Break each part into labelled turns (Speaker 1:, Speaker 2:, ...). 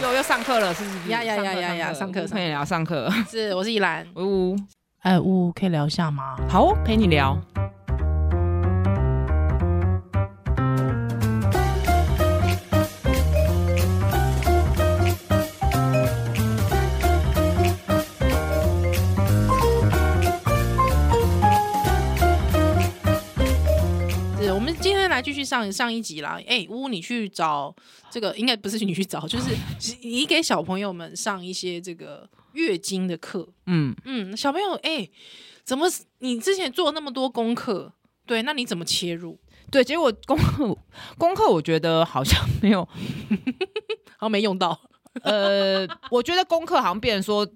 Speaker 1: 又又上课了，是不是？
Speaker 2: 嗯呀呀呀呀呀
Speaker 1: 上
Speaker 2: 上
Speaker 1: 课
Speaker 2: 课
Speaker 1: 上课嗯陪你聊上课，
Speaker 2: 是，我是依兰。
Speaker 1: 呜呜，
Speaker 2: 哎，呜，可以聊一下吗？
Speaker 1: 好哦，陪你聊。
Speaker 2: 是我们今天来继续上上一集啦。哎，呜，你去找这个，应该不是你去找，就是 是你给小朋友们上一些这个月经的课。
Speaker 1: 嗯，
Speaker 2: 嗯，小朋友，哎，怎么你之前做那么多功课？对，那你怎么切入？
Speaker 1: 对，结果功课 功课我觉得好像没有，
Speaker 2: 好像没用到。
Speaker 1: 呃，我觉得功课好像变成说。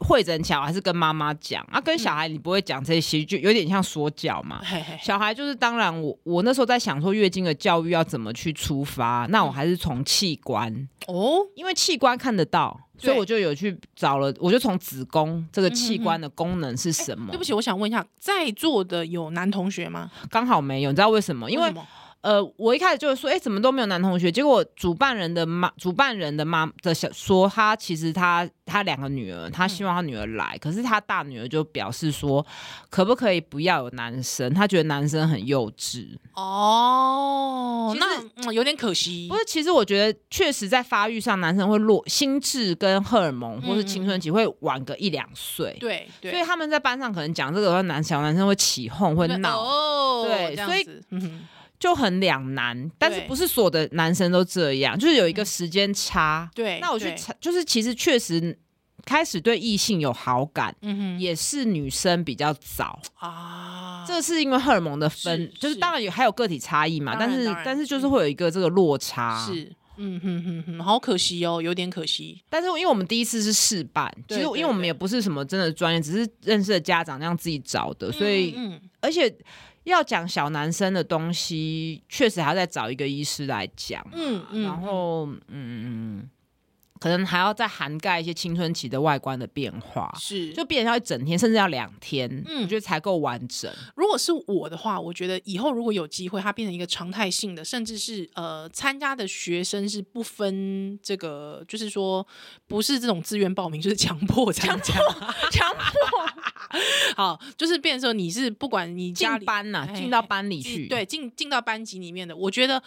Speaker 1: 会诊小孩是跟妈妈讲啊，
Speaker 2: 嗯
Speaker 1: 跟小孩你不会讲这些，就有点像说教嘛。
Speaker 2: 嘿嘿，
Speaker 1: 小孩就是，当然我我那时候在想说月经的教育要怎么去出发，那我
Speaker 2: 嗯
Speaker 1: 还是从器官，
Speaker 2: 哦，
Speaker 1: 因为器官看得到，
Speaker 2: 对嗯
Speaker 1: 所以我就有去找了，我就从子宫这个器官的功能是什么
Speaker 2: 对，不起，我想问一下，在座的有男同学吗？
Speaker 1: 刚好没有，你知道为什么？因为
Speaker 2: 什么
Speaker 1: 呃，我一开始就是说，哎、怎么都没有男同学？结果主办人的妈，主办人的妈的小说，他其实他他两个女儿，
Speaker 2: 嗯
Speaker 1: 他希望他女儿来，可是他大女儿就表示说，可不可以不要有男生？他觉得男生很幼
Speaker 2: 嗯
Speaker 1: 稚。
Speaker 2: 哦，
Speaker 1: 其实
Speaker 2: 那、嗯有点可惜
Speaker 1: 不。是，其实我觉得确实在发育上，男生会落心智跟荷尔蒙或是青春期会晚个一两岁，
Speaker 2: 对嗯对，
Speaker 1: 所以他们在班上可能讲这个男小男生会起哄会
Speaker 2: 对
Speaker 1: 闹，
Speaker 2: 哦，
Speaker 1: 对
Speaker 2: 这样
Speaker 1: 所以
Speaker 2: 子嗯哼
Speaker 1: 就很两难。但是
Speaker 2: 对
Speaker 1: 不是所有的男生都这样，就是有一个时间差。
Speaker 2: 对，
Speaker 1: 那我去
Speaker 2: 哎对，
Speaker 1: 查，就是其实确实开始对异性有好感。
Speaker 2: 嗯哼，
Speaker 1: 也是女生比较早，
Speaker 2: 啊，
Speaker 1: 这是因为荷尔蒙的分，
Speaker 2: 是
Speaker 1: 就是
Speaker 2: 是
Speaker 1: 当然有还有个体差异嘛，
Speaker 2: 当然
Speaker 1: 但是
Speaker 2: 当然嗯
Speaker 1: 但是就是会有一个这个落差。
Speaker 2: 是，嗯哼哼哼，好可惜哦，有点可惜，
Speaker 1: 但是因为我们第一次是试办，其
Speaker 2: 对
Speaker 1: 实因
Speaker 2: 对
Speaker 1: 为我们
Speaker 2: 对
Speaker 1: 也不是什么真的专业，只是认识的家长那样自己找的，所以、
Speaker 2: 嗯，嗯
Speaker 1: 而且要讲小男生的东西，确实还要再找一个医师来讲，
Speaker 2: 嗯嗯，
Speaker 1: 然后嗯嗯嗯，可能还要再涵盖一些青春期的外观的变化，
Speaker 2: 是，
Speaker 1: 就变成要一整天，甚至要两天，
Speaker 2: 嗯啊
Speaker 1: 我觉得才够完整。
Speaker 2: 如果是我的话，我觉得以后如果有机会，它变成一个常态性的，甚至是呃参加的学生是不分这个，就是说不是这种自愿报名，就是强迫参加，强迫。 好，就是变成说你是不管你
Speaker 1: 进
Speaker 2: 家里
Speaker 1: 班呐、
Speaker 2: 哎
Speaker 1: 进到班里去，
Speaker 2: 进对进进到班级里面的，我觉得。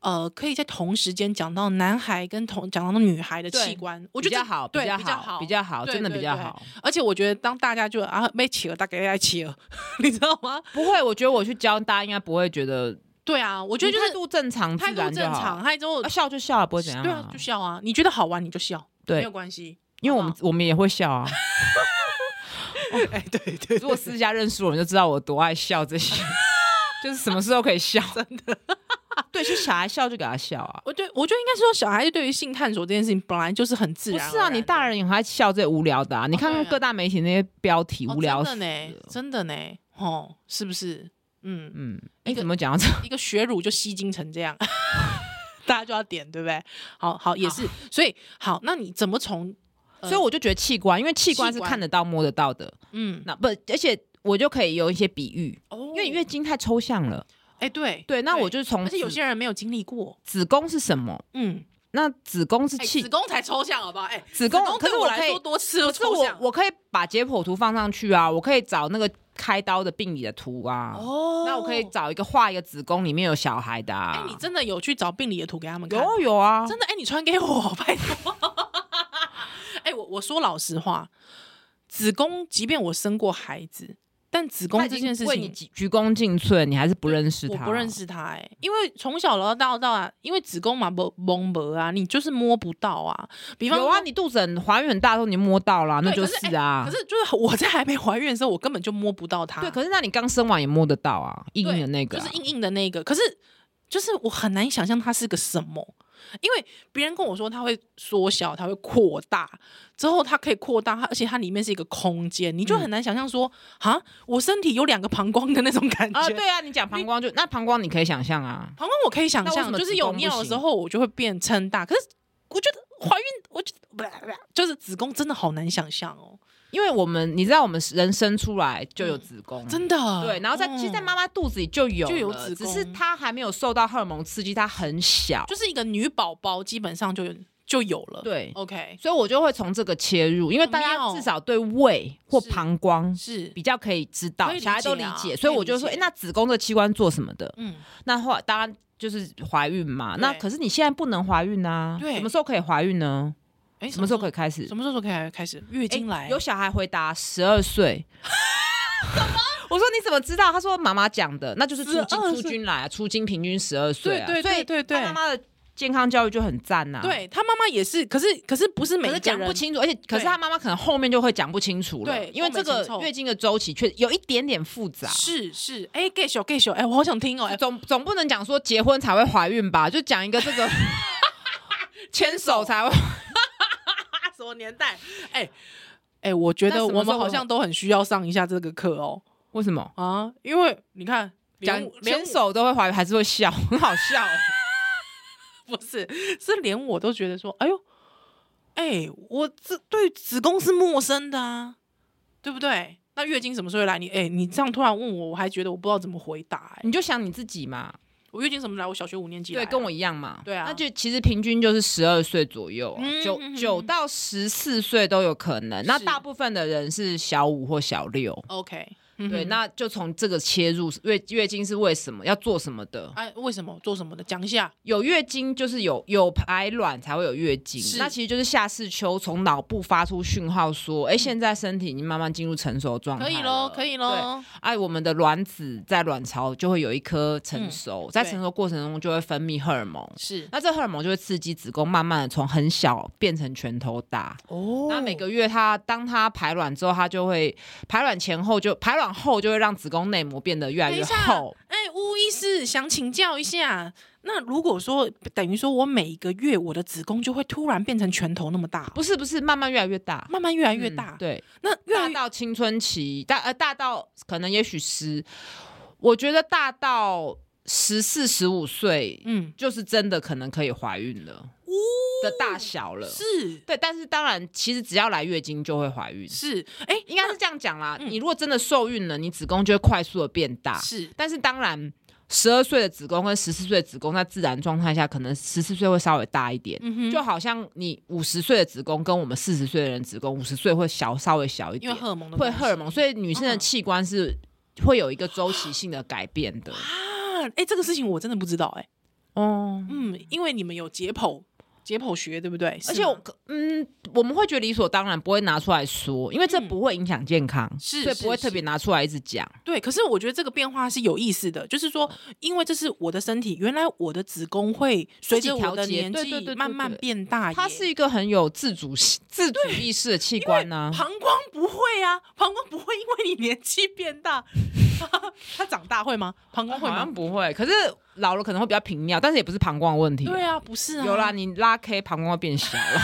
Speaker 2: 呃，可以在同时间讲到男孩跟同讲到女孩的
Speaker 1: 对
Speaker 2: 器官，我
Speaker 1: 我
Speaker 2: 觉
Speaker 1: 比
Speaker 2: 得
Speaker 1: 较
Speaker 2: 这
Speaker 1: 好，
Speaker 2: 对
Speaker 1: 较
Speaker 2: 比较
Speaker 1: 好，
Speaker 2: 好，
Speaker 1: 比较好，
Speaker 2: 对
Speaker 1: 真的
Speaker 2: 对
Speaker 1: 比较
Speaker 2: 对
Speaker 1: 好。
Speaker 2: 而且我觉得当大家就啊被企鹅，大概在企鹅， 你知道吗？
Speaker 1: 不会，我觉得我去教大家应该不会觉得，
Speaker 2: 对啊，我
Speaker 1: 我
Speaker 2: 觉得就
Speaker 1: 态
Speaker 2: 是
Speaker 1: 度正常，自
Speaker 2: 态度
Speaker 1: 然就
Speaker 2: 正
Speaker 1: 好。
Speaker 2: 常，还之后
Speaker 1: 啊、笑就笑啊，不会怎样、
Speaker 2: 对啊就笑啊，你觉得好玩你就笑，
Speaker 1: 对
Speaker 2: 没有关系。
Speaker 1: 因为我们我们也会笑 啊。
Speaker 2: 哎，对对对
Speaker 1: 如果私下认识我，你就知道我多爱笑这些，就是什么时候可以笑，真的。 对，就小孩笑就给他笑啊。
Speaker 2: 我对我觉得应该是说，小孩子对于性探索这件事情本来就是很自
Speaker 1: 不
Speaker 2: 然而然
Speaker 1: 是
Speaker 2: 的。
Speaker 1: 啊，你大人也很爱笑这些无聊的啊！你看看
Speaker 2: 对啊
Speaker 1: 各大媒体那些标题，
Speaker 2: 哦
Speaker 1: 无聊死
Speaker 2: 真的呢，真的呢，哦，是不是？嗯，
Speaker 1: 嗯，
Speaker 2: 一
Speaker 1: 哎，
Speaker 2: 个
Speaker 1: 怎么讲到这？
Speaker 2: 一个血乳就吸精成这样， 大家就要点，对不对？好好也是，所以好，那你怎么从呃
Speaker 1: 所以我就觉得器官，因为器官是
Speaker 2: 器官
Speaker 1: 看得到、摸得到的。
Speaker 2: 嗯
Speaker 1: 那不，而且我就可以有一些比喻，
Speaker 2: 哦，
Speaker 1: 因
Speaker 2: 因
Speaker 1: 为月经太抽象了。
Speaker 2: 哎对
Speaker 1: 对，那我就是从
Speaker 2: 而且有
Speaker 1: 子
Speaker 2: 些人没有经历过，
Speaker 1: 子宫是什么？
Speaker 2: 嗯，
Speaker 1: 那子宫是
Speaker 2: 哎
Speaker 1: 器
Speaker 2: 子，宫才抽象好不好？哎，
Speaker 1: 子
Speaker 2: 子
Speaker 1: 宫
Speaker 2: 宫
Speaker 1: 可
Speaker 2: 对
Speaker 1: 是
Speaker 2: 我
Speaker 1: 我
Speaker 2: 来
Speaker 1: 可以
Speaker 2: 说多次都
Speaker 1: 可是
Speaker 2: 抽
Speaker 1: 我
Speaker 2: 象
Speaker 1: 我可以把解剖图放上去啊，我可以找那个开刀的病理的图啊。
Speaker 2: 哦
Speaker 1: 那我可以找一个画一个子宫里面有小孩的、啊。
Speaker 2: 哎、你真的有去找病理的图给他们看？
Speaker 1: 有有啊，
Speaker 2: 真的哎、你传给我，拜托。 哎、我我说老实话，子宫即便我生过孩子，但子宫
Speaker 1: 他已
Speaker 2: 这
Speaker 1: 经
Speaker 2: 件事
Speaker 1: 为你
Speaker 2: 情。
Speaker 1: 鞠鞠躬尽瘁，你还是不认识
Speaker 2: 我
Speaker 1: 他，哦啊
Speaker 2: 不认。识它哎、因为从小到大到大，因为子宫嘛，不蒙薄啊，你就是摸不到啊。比方
Speaker 1: 有
Speaker 2: 说
Speaker 1: 啊，，你肚子很怀孕很大的时候，你摸到啦，那
Speaker 2: 对
Speaker 1: 就
Speaker 2: 可是哎
Speaker 1: 啊。
Speaker 2: 可是就是我在还没怀孕的时候，我根本就摸不到它。
Speaker 1: 对，可是那你刚生完也摸得到啊，硬
Speaker 2: 对
Speaker 1: 硬的那个啊、
Speaker 2: 就是硬硬的那个。可是就是我很难想象它是个什么，因为别人跟我说它会缩小，它会扩大，之后它可以扩大，它而且它里面是一个空间，你就
Speaker 1: 嗯
Speaker 2: 很难想象说啊、我身体有两个膀胱的那种感觉。
Speaker 1: 啊，对啊，你讲膀胱就那膀胱你可以想象啊，
Speaker 2: 膀胱我可以想
Speaker 1: 那为什
Speaker 2: 象，
Speaker 1: 么
Speaker 2: 就是
Speaker 1: 子
Speaker 2: 有
Speaker 1: 宫不
Speaker 2: 尿的
Speaker 1: 行
Speaker 2: 时候我就会变撑大，可是我觉得怀孕，我觉得不啦不啦就是子宫真的好难想象哦，
Speaker 1: 因为我们你知道我们人生出来就有子宫，
Speaker 2: 嗯真的。
Speaker 1: 嗯对，然后在、其实，在
Speaker 2: 嗯
Speaker 1: 妈妈肚子里就有
Speaker 2: 就有
Speaker 1: 了
Speaker 2: 子
Speaker 1: 只是
Speaker 2: 宫
Speaker 1: 她还没有受到荷尔蒙刺激，她很小。
Speaker 2: 就是一个女宝宝，基本上就有就有了。
Speaker 1: 对，
Speaker 2: ，OK，
Speaker 1: 所以我就会从这个切入，因为
Speaker 2: 很
Speaker 1: 大家
Speaker 2: 妙哦
Speaker 1: 至少对胃或
Speaker 2: 是
Speaker 1: 膀胱
Speaker 2: 是，
Speaker 1: 比较可以知道
Speaker 2: 可以，理
Speaker 1: 小孩都理
Speaker 2: 解啊
Speaker 1: 解，所以
Speaker 2: 可以
Speaker 1: 我就
Speaker 2: 理
Speaker 1: 说，哎、
Speaker 2: 解
Speaker 1: 那子宫的器官做什么的？
Speaker 2: 嗯，
Speaker 1: 那后来当然就是怀孕嘛。
Speaker 2: 对
Speaker 1: 那可是你现在不能怀孕啊，
Speaker 2: 对
Speaker 1: 什么时候可以怀孕呢？
Speaker 2: 哎，
Speaker 1: 什么时候可以？开始？
Speaker 2: 什么时候可以开始？月
Speaker 1: 诶
Speaker 2: 经来啊
Speaker 1: 有小孩回答十二 岁。我说你怎么知道？他说妈妈讲的，那就是出经
Speaker 2: 12
Speaker 1: 出
Speaker 2: 岁
Speaker 1: 均来啊，出经平均十二岁啊，
Speaker 2: 对对对对对
Speaker 1: 所以他妈妈的健康教育就很赞呐、，
Speaker 2: 对他妈妈也是，可是可是不是每
Speaker 1: 可
Speaker 2: 个
Speaker 1: 是讲不
Speaker 2: 人
Speaker 1: 清楚，而且可是
Speaker 2: 对
Speaker 1: 他妈妈可能后面就会讲不清楚了，
Speaker 2: 对
Speaker 1: 因为
Speaker 2: 后面
Speaker 1: 这个
Speaker 2: 紧凑
Speaker 1: 月经的周期确有一点点复杂，
Speaker 2: 是是，哎，get 小 get 小，哎，我好想听哦， 哎，
Speaker 1: 总总不能讲说结婚才会怀孕吧？就讲一个这 个牵手才会，
Speaker 2: 什么年代？哎哎，我觉
Speaker 1: 那什
Speaker 2: 得
Speaker 1: 么
Speaker 2: 我
Speaker 1: 时
Speaker 2: 们
Speaker 1: 候
Speaker 2: 好
Speaker 1: 我
Speaker 2: 像都很需要上一下这个课哦
Speaker 1: 为什么？
Speaker 2: 啊，因为你看，
Speaker 1: 讲
Speaker 2: 连我连
Speaker 1: 牵
Speaker 2: 我
Speaker 1: 手都会怀孕，还是会笑，很好笑、 欸。
Speaker 2: 不是，是连我都觉得说，哎呦，哎、我这对子宫是陌生的啊，对不对？那月经什么时候会来？你哎、你这样突然问我，我还觉得我不知道怎么回答、哎，
Speaker 1: 你就想你自己嘛，
Speaker 2: 我月经什么时候来？我小学五年级
Speaker 1: 嗯
Speaker 2: 来
Speaker 1: 对，
Speaker 2: 啊，
Speaker 1: 跟我一样嘛。
Speaker 2: 对啊
Speaker 1: 那就其实平均就是十二岁左右啊、
Speaker 2: 嗯
Speaker 1: 九
Speaker 2: 嗯嗯
Speaker 1: 九到十四岁都有可能。那
Speaker 2: 是
Speaker 1: 大部分的人是小五或小六。
Speaker 2: OK，
Speaker 1: 对，
Speaker 2: 嗯哼
Speaker 1: 那就从这个切入月月经是为什么要做什么的？
Speaker 2: 哎、为什么做什么的？讲一下，
Speaker 1: 有月经就是有有排卵才会有月经，
Speaker 2: 是
Speaker 1: 那其实就是夏视丘从脑部发出讯号说，哎、现在身体已经慢慢进入成熟状态，
Speaker 2: 嗯可以喽，可以。喽，
Speaker 1: 哎、我们的卵子在卵巢就会有一颗成熟，在
Speaker 2: 嗯对
Speaker 1: 成熟过程中就会分泌荷尔蒙，
Speaker 2: 是
Speaker 1: 那这荷尔蒙就会刺激子宫慢慢的从很小变成拳头大。
Speaker 2: 哦
Speaker 1: 那每个月它当它排卵之后，它就会排卵前后就排卵后就会让子宫内膜变得越来
Speaker 2: 等一
Speaker 1: 越
Speaker 2: 下
Speaker 1: 厚。，
Speaker 2: 哎、巫医师想请教一下，那如果说等于说我每一个月我的子宫就会突然变成拳头那么大，
Speaker 1: 不是不是，慢慢越来越大，
Speaker 2: 慢慢越来越
Speaker 1: 嗯
Speaker 2: 大，
Speaker 1: 对，
Speaker 2: 那越来
Speaker 1: 大
Speaker 2: 越
Speaker 1: 到青春期，大呃大到可能也许十，我觉得大到十四十五岁，
Speaker 2: 嗯
Speaker 1: 就是真的可能可以怀孕了的大小了。
Speaker 2: 是
Speaker 1: 对，但是当然，其实只要来月经就会怀孕，
Speaker 2: 是，哎、
Speaker 1: 应该是这样讲啦。
Speaker 2: 嗯
Speaker 1: 你如果真的受孕了，你子宫就会快速的变大。
Speaker 2: 是
Speaker 1: 但是当然，十二岁的子宫跟十四岁的子宫在自然状态下，可能十四岁会稍微大一点。
Speaker 2: 嗯哼
Speaker 1: 就好像你五十岁的子宫跟我们四十岁的人子宫，五十岁会小稍微小一
Speaker 2: 因
Speaker 1: 点
Speaker 2: 为，荷尔蒙的
Speaker 1: 会
Speaker 2: 关
Speaker 1: 荷尔
Speaker 2: 系
Speaker 1: 蒙，所以女生的
Speaker 2: 嗯
Speaker 1: 器官是会有一个周期性的改变的。
Speaker 2: 啊，哎、这个事情我真的不知道哎、
Speaker 1: 哦，
Speaker 2: 嗯，因为你们有解剖解剖学对不对？
Speaker 1: 而
Speaker 2: 是
Speaker 1: 且我
Speaker 2: 吗
Speaker 1: 可嗯，我们会觉得理所当然，不会拿出来说，因为这
Speaker 2: 嗯
Speaker 1: 不会影响健康，
Speaker 2: 是
Speaker 1: 所以
Speaker 2: 是
Speaker 1: 不会特别拿出来一直讲。
Speaker 2: 对，可是我觉得这个变化是有意思的，就是说，因为这是我的身体，原来我的子宫会随
Speaker 1: 自己
Speaker 2: 着
Speaker 1: 调
Speaker 2: 我的
Speaker 1: 节
Speaker 2: 年
Speaker 1: 对对对
Speaker 2: 纪
Speaker 1: 对
Speaker 2: 慢慢
Speaker 1: 对
Speaker 2: 变大耶，
Speaker 1: 它是一个很有自主性、自主意识的器官呢、
Speaker 2: 膀胱不会啊，膀胱不会，因为你年纪变大， 它长大会吗？膀胱会
Speaker 1: 好
Speaker 2: 吗
Speaker 1: 像？不会，可是老了可能会比较频尿，但是也不是膀胱的问题。
Speaker 2: 对啊，不是啊，
Speaker 1: 有啦，你拉 K 膀胱会变小 了。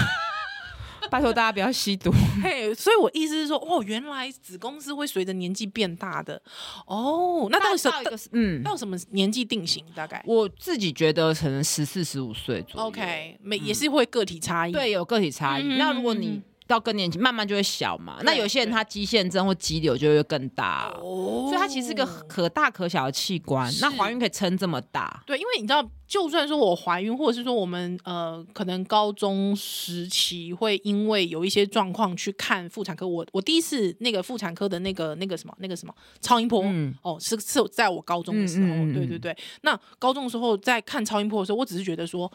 Speaker 1: 拜托大家不要吸毒。
Speaker 2: 嘿，所以我意思是说，哦，原来子宫是会随着年纪变大的，哦，那到底什
Speaker 1: 到一个嗯，
Speaker 2: 到什么年纪定型？大概
Speaker 1: 我自己觉得可能十四十五岁左右。
Speaker 2: OK，每也是会个体差异，
Speaker 1: 嗯对，有个体差异。
Speaker 2: 嗯
Speaker 1: 那如果
Speaker 2: 嗯嗯
Speaker 1: 你
Speaker 2: 嗯
Speaker 1: 到更年期，慢慢就会小嘛。那
Speaker 2: 对
Speaker 1: 有些人
Speaker 2: 对
Speaker 1: 他肌腺症或肌瘤就会更大，
Speaker 2: 哦
Speaker 1: 所以它其实是个可大可小的器官。那怀孕可以撑这么大，
Speaker 2: 对，因为你知道，就算说我怀孕，或者是说我们呃，可能高中时期会因为有一些状况去看妇产科。我我第一次那个妇产科的那个那个什么那个什么超音波，
Speaker 1: 嗯
Speaker 2: 哦，是是在我高中的时候，
Speaker 1: 嗯嗯嗯嗯
Speaker 2: 对对对。那高中的时候在看超音波的时候，我只是觉得说。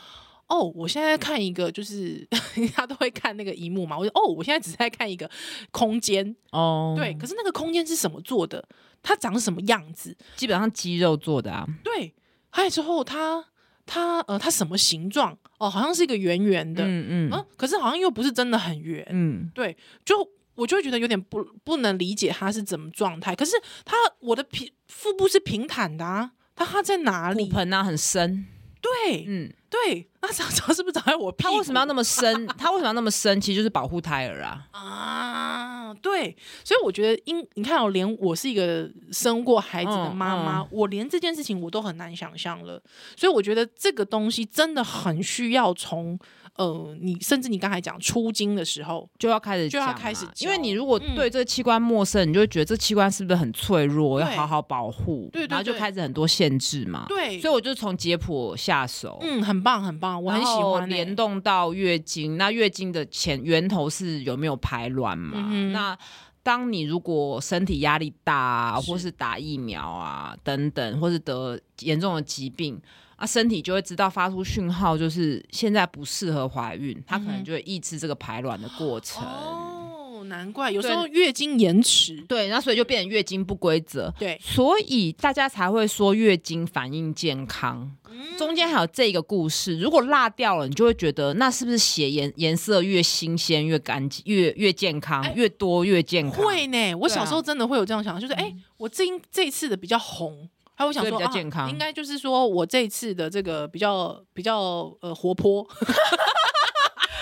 Speaker 2: 哦，我现在在看一个，就是 他都会看那个荧幕嘛。我就哦，我现在只是在看一个空间，
Speaker 1: 哦，
Speaker 2: 对。，可是那个空间是什么做的？它长什么样子？
Speaker 1: 基本上肌肉做的啊。
Speaker 2: 对，还有之后它它呃它什么形状哦，好像是一个圆圆的，嗯、
Speaker 1: 嗯嗯
Speaker 2: 可是好像又不是真的很圆，
Speaker 1: 嗯，
Speaker 2: 对，就我就会觉得有点不不能理解它是怎么状态。可是它我的平腹部是平坦的啊，它它在哪
Speaker 1: 骨
Speaker 2: 里？
Speaker 1: 盆啊很深，
Speaker 2: 对、
Speaker 1: 嗯，
Speaker 2: 对，那长长是不是长在我屁股？
Speaker 1: 它为什么要那么深？它为什么要那么深？其实就是保护胎儿啊。
Speaker 2: 啊？嗯，对，所以我觉得，因你看哦，连我是一个生过孩子的
Speaker 1: 嗯
Speaker 2: 妈妈，
Speaker 1: 嗯
Speaker 2: 我连这件事情我都很难想象了。所以我觉得这个东西真的很需要从呃，你甚至你刚才讲出经的时候，
Speaker 1: 就要开始
Speaker 2: 就要
Speaker 1: 讲
Speaker 2: 开始
Speaker 1: 嘛因为
Speaker 2: 教
Speaker 1: 你如果
Speaker 2: 嗯
Speaker 1: 对这个器官陌生，你就会觉得这器官是不是很脆弱，要
Speaker 2: 对
Speaker 1: 好好保护，
Speaker 2: 对对
Speaker 1: 然后就
Speaker 2: 对
Speaker 1: 开始很多限制嘛。
Speaker 2: 对，
Speaker 1: 所以我就从解剖下手，
Speaker 2: 嗯，很棒，很棒，我很喜
Speaker 1: 然后
Speaker 2: 欢、欸、
Speaker 1: 联动到月经，那月经的前源头是有没有排卵嘛？
Speaker 2: 嗯哼
Speaker 1: 那当你如果身体压力大、啊，
Speaker 2: 是
Speaker 1: 或是打疫苗啊等等，或是得严重的疾病啊，身体就会知道发出讯号，就是现在不适合怀孕，它可
Speaker 2: 嗯哼
Speaker 1: 能就会抑制这个排卵的过程。
Speaker 2: 哦，难怪有时
Speaker 1: 对
Speaker 2: 候月经延迟，
Speaker 1: 对，那所以就变成月经不规则，
Speaker 2: 对，
Speaker 1: 所以大家才会说月经反映健康。中间还有这个故事，如果落掉了，你就会觉得那是不是血颜颜色越新鲜越干净越越健康，
Speaker 2: 哎
Speaker 1: 越多越健康，
Speaker 2: 会呢。我
Speaker 1: 对
Speaker 2: 小
Speaker 1: 啊
Speaker 2: 时候真的会有这样想，就是哎、我这一这一次的比较红。还我想
Speaker 1: 所以
Speaker 2: 说
Speaker 1: 比较健
Speaker 2: 啊、
Speaker 1: 康
Speaker 2: 应该就是说我这一次的这个比较比较呃活泼，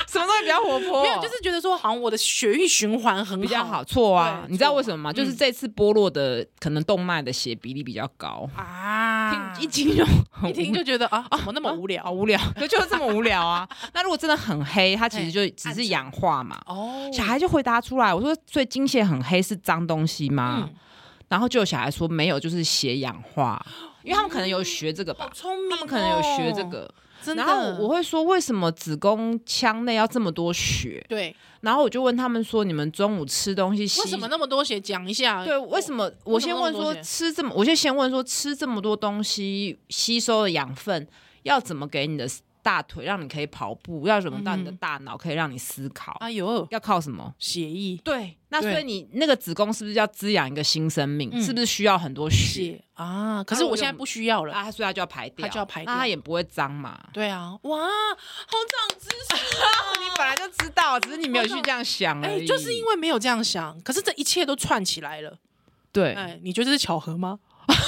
Speaker 1: 什么东西比较活泼？
Speaker 2: 没有就是觉得说好像我的血液循环很
Speaker 1: 哦比较好。错啊，
Speaker 2: 对
Speaker 1: 你知道
Speaker 2: 错
Speaker 1: 为什么吗？
Speaker 2: 嗯
Speaker 1: 就是这次剥落的可能动脉的血比例比较高，
Speaker 2: 啊，
Speaker 1: 听一听 就很
Speaker 2: 一听就觉得 啊，怎么那么无聊
Speaker 1: 好无聊，就就是这么无聊啊。 那如果真的很黑，它其实就只
Speaker 2: 暗
Speaker 1: 是
Speaker 2: 沉
Speaker 1: 氧化嘛，
Speaker 2: 哦
Speaker 1: 小孩就回答出来，我说：“所以经血很黑是脏东西吗？”
Speaker 2: 嗯
Speaker 1: 然后就有小孩说：“没有，就是血氧化，因为他们可能有学这个吧，
Speaker 2: 聪明、哦
Speaker 1: 他们可能有学这，个。
Speaker 2: 真的。
Speaker 1: 然后我会说：为什么子宫腔内要这么多血？
Speaker 2: 对，
Speaker 1: 然后我就问他们说：你们中午吃东西吸
Speaker 2: 为什么那么多血讲一下？
Speaker 1: 对，为什么我先问
Speaker 2: 为什么那么
Speaker 1: 说
Speaker 2: 多血
Speaker 1: 吃这么，我就先问说吃这么多东西吸收的养分要怎么给你的大腿，让你可以跑步，要怎么到你的
Speaker 2: 嗯
Speaker 1: 大脑可以让你思考，
Speaker 2: 哎呦，
Speaker 1: 要靠什么？
Speaker 2: 血液
Speaker 1: 对，那
Speaker 2: 对
Speaker 1: 所以你那个子宫是不是要滋养一个新生命？
Speaker 2: 嗯
Speaker 1: 是不是需要很多血
Speaker 2: 血啊，可
Speaker 1: 然
Speaker 2: 是
Speaker 1: 后
Speaker 2: 我
Speaker 1: 我
Speaker 2: 现在
Speaker 1: 就
Speaker 2: 不需要了。
Speaker 1: 啊？它所以它就要排掉，
Speaker 2: 它就要排
Speaker 1: 那
Speaker 2: 掉
Speaker 1: 它也不会脏嘛。
Speaker 2: 对啊，哇，好长知识啊！
Speaker 1: 你本来就知道，只是你没有去这样想
Speaker 2: 哎、
Speaker 1: 而已。
Speaker 2: 就是因为没有这样想，可是这一切都串起来了。
Speaker 1: 对，
Speaker 2: 哎、你觉得这是巧合吗？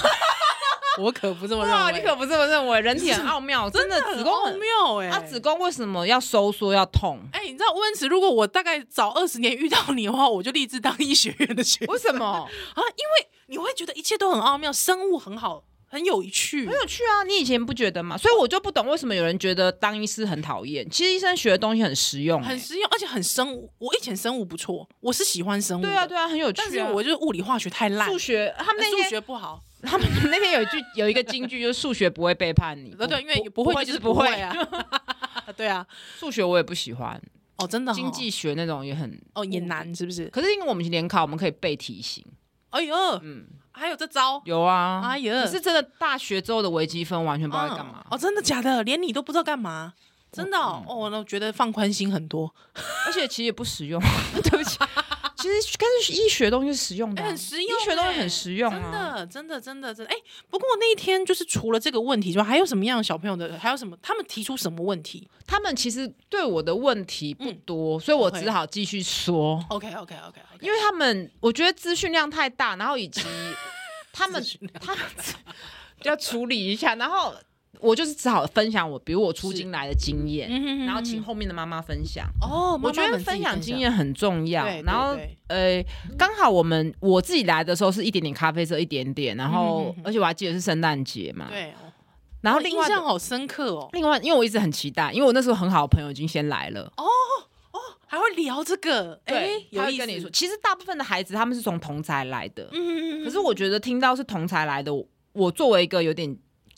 Speaker 2: 我可不这么认
Speaker 1: 哇，
Speaker 2: 为，
Speaker 1: 你可不这么认为，人 体很奥妙，真的子宫
Speaker 2: 很
Speaker 1: 很。
Speaker 2: 妙哎、
Speaker 1: 它子宫为什么要收缩要痛？
Speaker 2: 哎、你知道温慈，如果我大概早二十年遇到你的话，我就立志当医学院的学生
Speaker 1: 为什么？
Speaker 2: 啊，因为你会觉得一切都很奥妙，生物很好，很有趣
Speaker 1: 很。有趣啊！你以前不觉得吗？所以我就不懂为什么有人觉得当医师很讨厌。其实医生学的东西很实用、欸，
Speaker 2: 很实用，而且很生物。我以前生物不错，我是喜欢生物的，
Speaker 1: 对啊，对啊，很有趣、啊。
Speaker 2: 但是我就是物理化学太烂，
Speaker 1: 数学，他们那
Speaker 2: 数
Speaker 1: 天
Speaker 2: 学不好。
Speaker 1: 他 们那天有一句有一个金句，就是数学不会背叛你。
Speaker 2: 对呃对，因为哦不
Speaker 1: 不
Speaker 2: 会
Speaker 1: 会
Speaker 2: 就
Speaker 1: 就是是
Speaker 2: 不
Speaker 1: 不
Speaker 2: 会
Speaker 1: 会
Speaker 2: 啊。对啊，
Speaker 1: 数学我也不喜欢，
Speaker 2: 哦，真的哦，
Speaker 1: 经济学那种也很。
Speaker 2: 哦也难是不是？
Speaker 1: 可是因为我们联考，我们可以背题型。
Speaker 2: 哎呦，
Speaker 1: 嗯，
Speaker 2: 还有这招，
Speaker 1: 有啊。
Speaker 2: 哎呦，
Speaker 1: 可是真的大学之后的微积分完全不知道在干嘛
Speaker 2: 嗯。哦，真的假的？连你都不知道干嘛？真的哦，哦那我觉得放宽心很多，
Speaker 1: 而且其实也不实用。啊 对不起，其实跟医学东西是实用的
Speaker 2: 哎，
Speaker 1: 啊、
Speaker 2: 很实用，
Speaker 1: 医学东西很实用
Speaker 2: 真
Speaker 1: 啊。
Speaker 2: 的，真的，真的，真的。哎，不过那一天就是除了这个问题之外，还有什么样的小朋友的，还有什么他们提出什么问题
Speaker 1: 他们其实对我的问题不多，所以我只好继续说，
Speaker 2: ？OK，OK，OK，因
Speaker 1: 因为他们我觉得资讯量太大，然后以及他们他们 要处理一下，然后我就是只好分享我，比如我出京来的经验，
Speaker 2: 为
Speaker 1: 然后请后面的妈妈分享。
Speaker 2: 哦，
Speaker 1: 我觉
Speaker 2: 妈
Speaker 1: 得
Speaker 2: 妈们自己
Speaker 1: 分享
Speaker 2: 分
Speaker 1: 经验很重要
Speaker 2: 对对，
Speaker 1: 然后
Speaker 2: 对
Speaker 1: 呃，刚好我们我自己来的时候是一点点咖啡色，一点点，然
Speaker 2: 嗯
Speaker 1: 后
Speaker 2: 嗯嗯
Speaker 1: 而且我还记得是圣诞节嘛，
Speaker 2: 对，哦
Speaker 1: 然后
Speaker 2: 我
Speaker 1: 另
Speaker 2: 印
Speaker 1: 外的
Speaker 2: 象好深刻哦，
Speaker 1: 另外，因为我一直很期待，因为我那时候很好的朋友已经先来了，
Speaker 2: 还会聊这个，哎
Speaker 1: 对，，
Speaker 2: 哦有
Speaker 1: 他会
Speaker 2: 意思
Speaker 1: 跟你说，，其实大部分的孩子他们是从同才来的，
Speaker 2: 嗯，
Speaker 1: 可是我觉得听到是同才来的，我我作为一个有点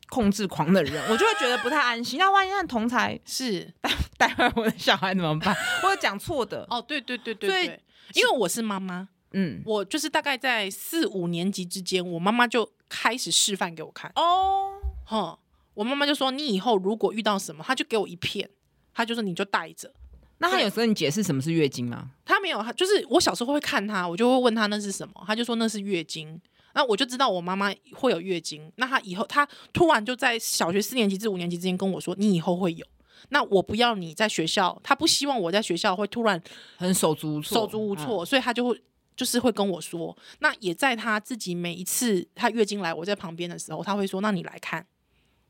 Speaker 1: 控制狂的人，我就会觉得不太安心。那万一让同才
Speaker 2: 是
Speaker 1: 带坏我的小孩怎么办？ 我有讲错的，
Speaker 2: 哦，对对对对
Speaker 1: 所以
Speaker 2: 对，因为我是妈妈，
Speaker 1: 嗯，
Speaker 2: 我就是大概在四五年级之间，我妈妈就开始示范给我看，
Speaker 1: 哦，
Speaker 2: 哈，我妈妈就说你以后如果遇到什么，她就给我一片，她就说你就带着。
Speaker 1: 那他有时候你解释什么是月经吗？
Speaker 2: 她没有，她就是我小时候会看她，我就会问她那是什么，她就说那是月经。那我就知道我妈妈会有月经。那她以后，她突然就在小学四年级至五年级之间跟我说，你以后会有。那我不要你在学校，她不希望我在学校会突然
Speaker 1: 很手足无措，嗯
Speaker 2: 手足无措，所以他就会就是会跟我说，那也在他自己每一次他月经来，我在旁边的时候，他会说，那你来看。
Speaker 1: 嗯。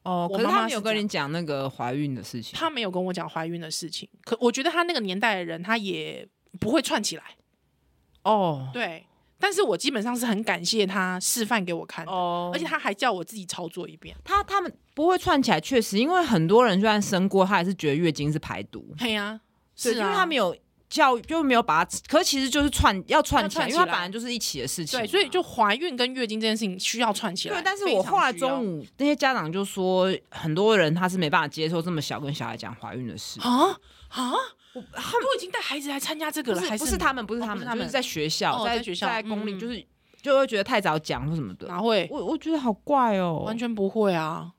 Speaker 1: 哦，
Speaker 2: 我
Speaker 1: 可是
Speaker 2: 妈妈
Speaker 1: 他没有
Speaker 2: 是这样
Speaker 1: 跟你讲那个怀孕的事情。
Speaker 2: 他没有跟我讲怀孕的事情，可我觉得他那个年代的人，他也不会串起来。
Speaker 1: 哦
Speaker 2: 对，但是我基本上是很感谢他示范给我看的，
Speaker 1: 哦，
Speaker 2: 而且他还叫我自己操作一遍。
Speaker 1: 他他们不会串起来，确实，因为很多人虽然生过，他还是觉得月经是排毒，
Speaker 2: 嘿呀、是
Speaker 1: 对，
Speaker 2: 啊，
Speaker 1: 因为他没有教育，就没有把它，可是其实就是串要串起来，
Speaker 2: 要串起
Speaker 1: 因
Speaker 2: 来
Speaker 1: 为它本来就是一起的事情嘛，
Speaker 2: 对，所以就怀孕跟月经这件事情啊需要串起来。
Speaker 1: 对。但是我后来中
Speaker 2: 午
Speaker 1: 午那些家长就说，很多人他是没办法接受这么小跟小孩讲怀孕的事，
Speaker 2: 啊啊，他们都已经带孩子来参加这个
Speaker 1: 不
Speaker 2: 了，
Speaker 1: 是
Speaker 2: 还
Speaker 1: 不是他们，不是
Speaker 2: 哦
Speaker 1: 他
Speaker 2: 不
Speaker 1: 们，
Speaker 2: 是他
Speaker 1: 就是
Speaker 2: 们
Speaker 1: 在学校，
Speaker 2: 哦
Speaker 1: 在
Speaker 2: 在学校
Speaker 1: 在公立，
Speaker 2: 嗯
Speaker 1: 就是就会觉得太早讲或什么的。
Speaker 2: 哪会？
Speaker 1: 我我觉得好怪哦，
Speaker 2: 完全不会啊！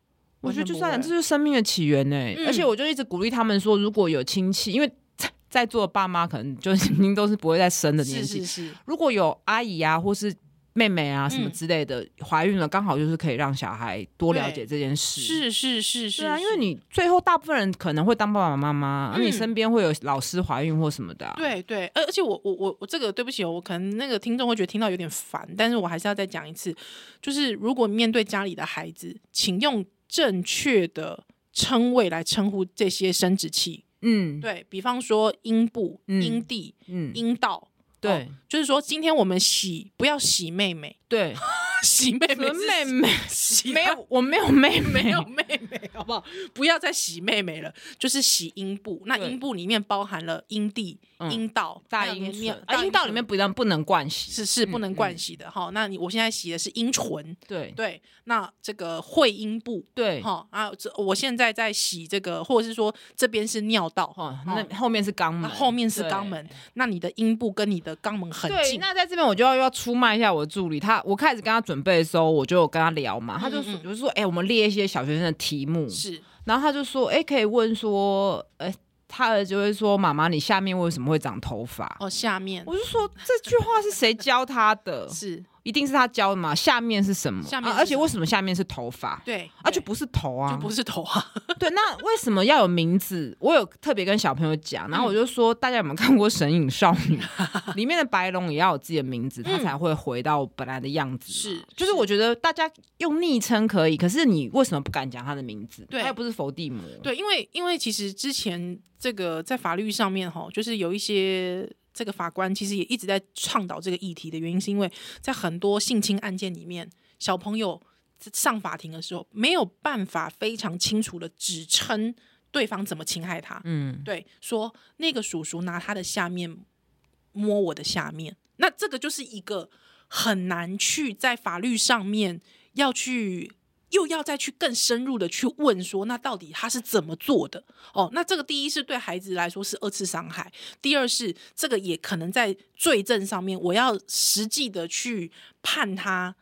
Speaker 1: 我觉得
Speaker 2: 完全
Speaker 1: 就
Speaker 2: 不
Speaker 1: 算了，
Speaker 2: 会
Speaker 1: 这就是生命的起源呢、
Speaker 2: 嗯
Speaker 1: 而且我就一直鼓励他们说，如果有亲戚，因为在在座的爸妈可能就是已经都是不会再生的年
Speaker 2: 是
Speaker 1: 纪，
Speaker 2: 是是，
Speaker 1: 如果有阿姨啊或是妹妹啊什么
Speaker 2: 嗯
Speaker 1: 之类的怀孕了，刚好就是可以让小孩多了解这件事。。
Speaker 2: 是是是是
Speaker 1: 对啊，因为
Speaker 2: 是
Speaker 1: 你最后大部分人可能会当爸爸妈妈，而、
Speaker 2: 嗯
Speaker 1: 你身边会有老师怀孕或什么的、啊。，
Speaker 2: 对对，而而且我我我我这个对不起哦，我可能那个听众会觉得听到有点烦，但是我还是要再讲一次，就是如果面对家里的孩子，请用正确的称谓来称呼这些生殖器，
Speaker 1: 嗯，，
Speaker 2: 对比方说阴部、
Speaker 1: 嗯
Speaker 2: 阴蒂、
Speaker 1: 嗯，
Speaker 2: 阴道。
Speaker 1: 对
Speaker 2: 就是说，今天我们洗不要洗妹妹，
Speaker 1: 对，
Speaker 2: 啊洗妹
Speaker 1: 什
Speaker 2: 妹
Speaker 1: 么
Speaker 2: 是
Speaker 1: 妹妹
Speaker 2: 洗
Speaker 1: 没有，我没有妹妹，
Speaker 2: 没有妹妹，好不好？不要再洗妹妹了，就是洗阴部。那
Speaker 1: 对
Speaker 2: 阴部里面包含了阴蒂、
Speaker 1: 嗯
Speaker 2: 阴道、
Speaker 1: 大
Speaker 2: 还有
Speaker 1: 阴
Speaker 2: 里面
Speaker 1: 唇，
Speaker 2: 大
Speaker 1: 啊，阴道里
Speaker 2: 唇
Speaker 1: 面不但不能灌洗，
Speaker 2: 是是不
Speaker 1: 嗯
Speaker 2: 能
Speaker 1: 嗯
Speaker 2: 灌洗的哈、那你我现在洗的是阴唇，
Speaker 1: 对
Speaker 2: 对，那这个会阴部。
Speaker 1: 对，
Speaker 2: 哈啊，这我现在在洗这个，或者是说这边是尿道
Speaker 1: 哦
Speaker 2: 哈，，
Speaker 1: 那
Speaker 2: 哦
Speaker 1: 后面是肛门，
Speaker 2: 那后面是
Speaker 1: 对
Speaker 2: 肛门。，那你的阴部跟你的肛门很
Speaker 1: 对，
Speaker 2: 近，
Speaker 1: 那在这边我就要又要出卖一下我的助理，他我开始跟他准备的时候，我就有跟他聊嘛，他就说
Speaker 2: 嗯嗯嗯
Speaker 1: 我就说，哎、我们列一些小学生的题目，
Speaker 2: 是
Speaker 1: 然后他就说，哎、可以问说，呃、他儿子就会说，妈妈，你下面为什么会长头发？
Speaker 2: 哦，下面？
Speaker 1: 我就说这句话是谁教他的
Speaker 2: 是
Speaker 1: 一定是他教的嘛？下面是什么？
Speaker 2: 下面
Speaker 1: 啊
Speaker 2: 是
Speaker 1: 而且
Speaker 2: 什么
Speaker 1: 为什么下面是头发？
Speaker 2: 对，
Speaker 1: 啊，
Speaker 2: 对
Speaker 1: 就不是头啊，
Speaker 2: 就不是头啊，
Speaker 1: 对，那为什么要有名字？我有特别跟小朋友讲，然后我就说，大家有没有看过《神隐少女》 里面的白龙也要有自己的名字，它
Speaker 2: 嗯
Speaker 1: 才会回到本来的样子。
Speaker 2: 是
Speaker 1: 就是我觉得大家用昵称可以，可是你为什么不敢讲他的名字？
Speaker 2: 对
Speaker 1: 他又不是伏地魔。，
Speaker 2: 对，因为因为其实之前这个在法律上面哈，就是有一些这个法官其实也一直在倡导这个议题的原因，是因为在很多性侵案件里面，小朋友上法庭的时候没有办法非常清楚的指称对方怎么侵害他，
Speaker 1: 嗯，
Speaker 2: 对，说那个叔叔拿他的下面摸我的下面，那这个就是一个很难去在法律上面要去。又要再去更深入的去问说，那到底他是怎么做的？哦，那这个第一是对孩子来说是二次伤害，第二是这个也可能在罪证上面，我要实际的去判他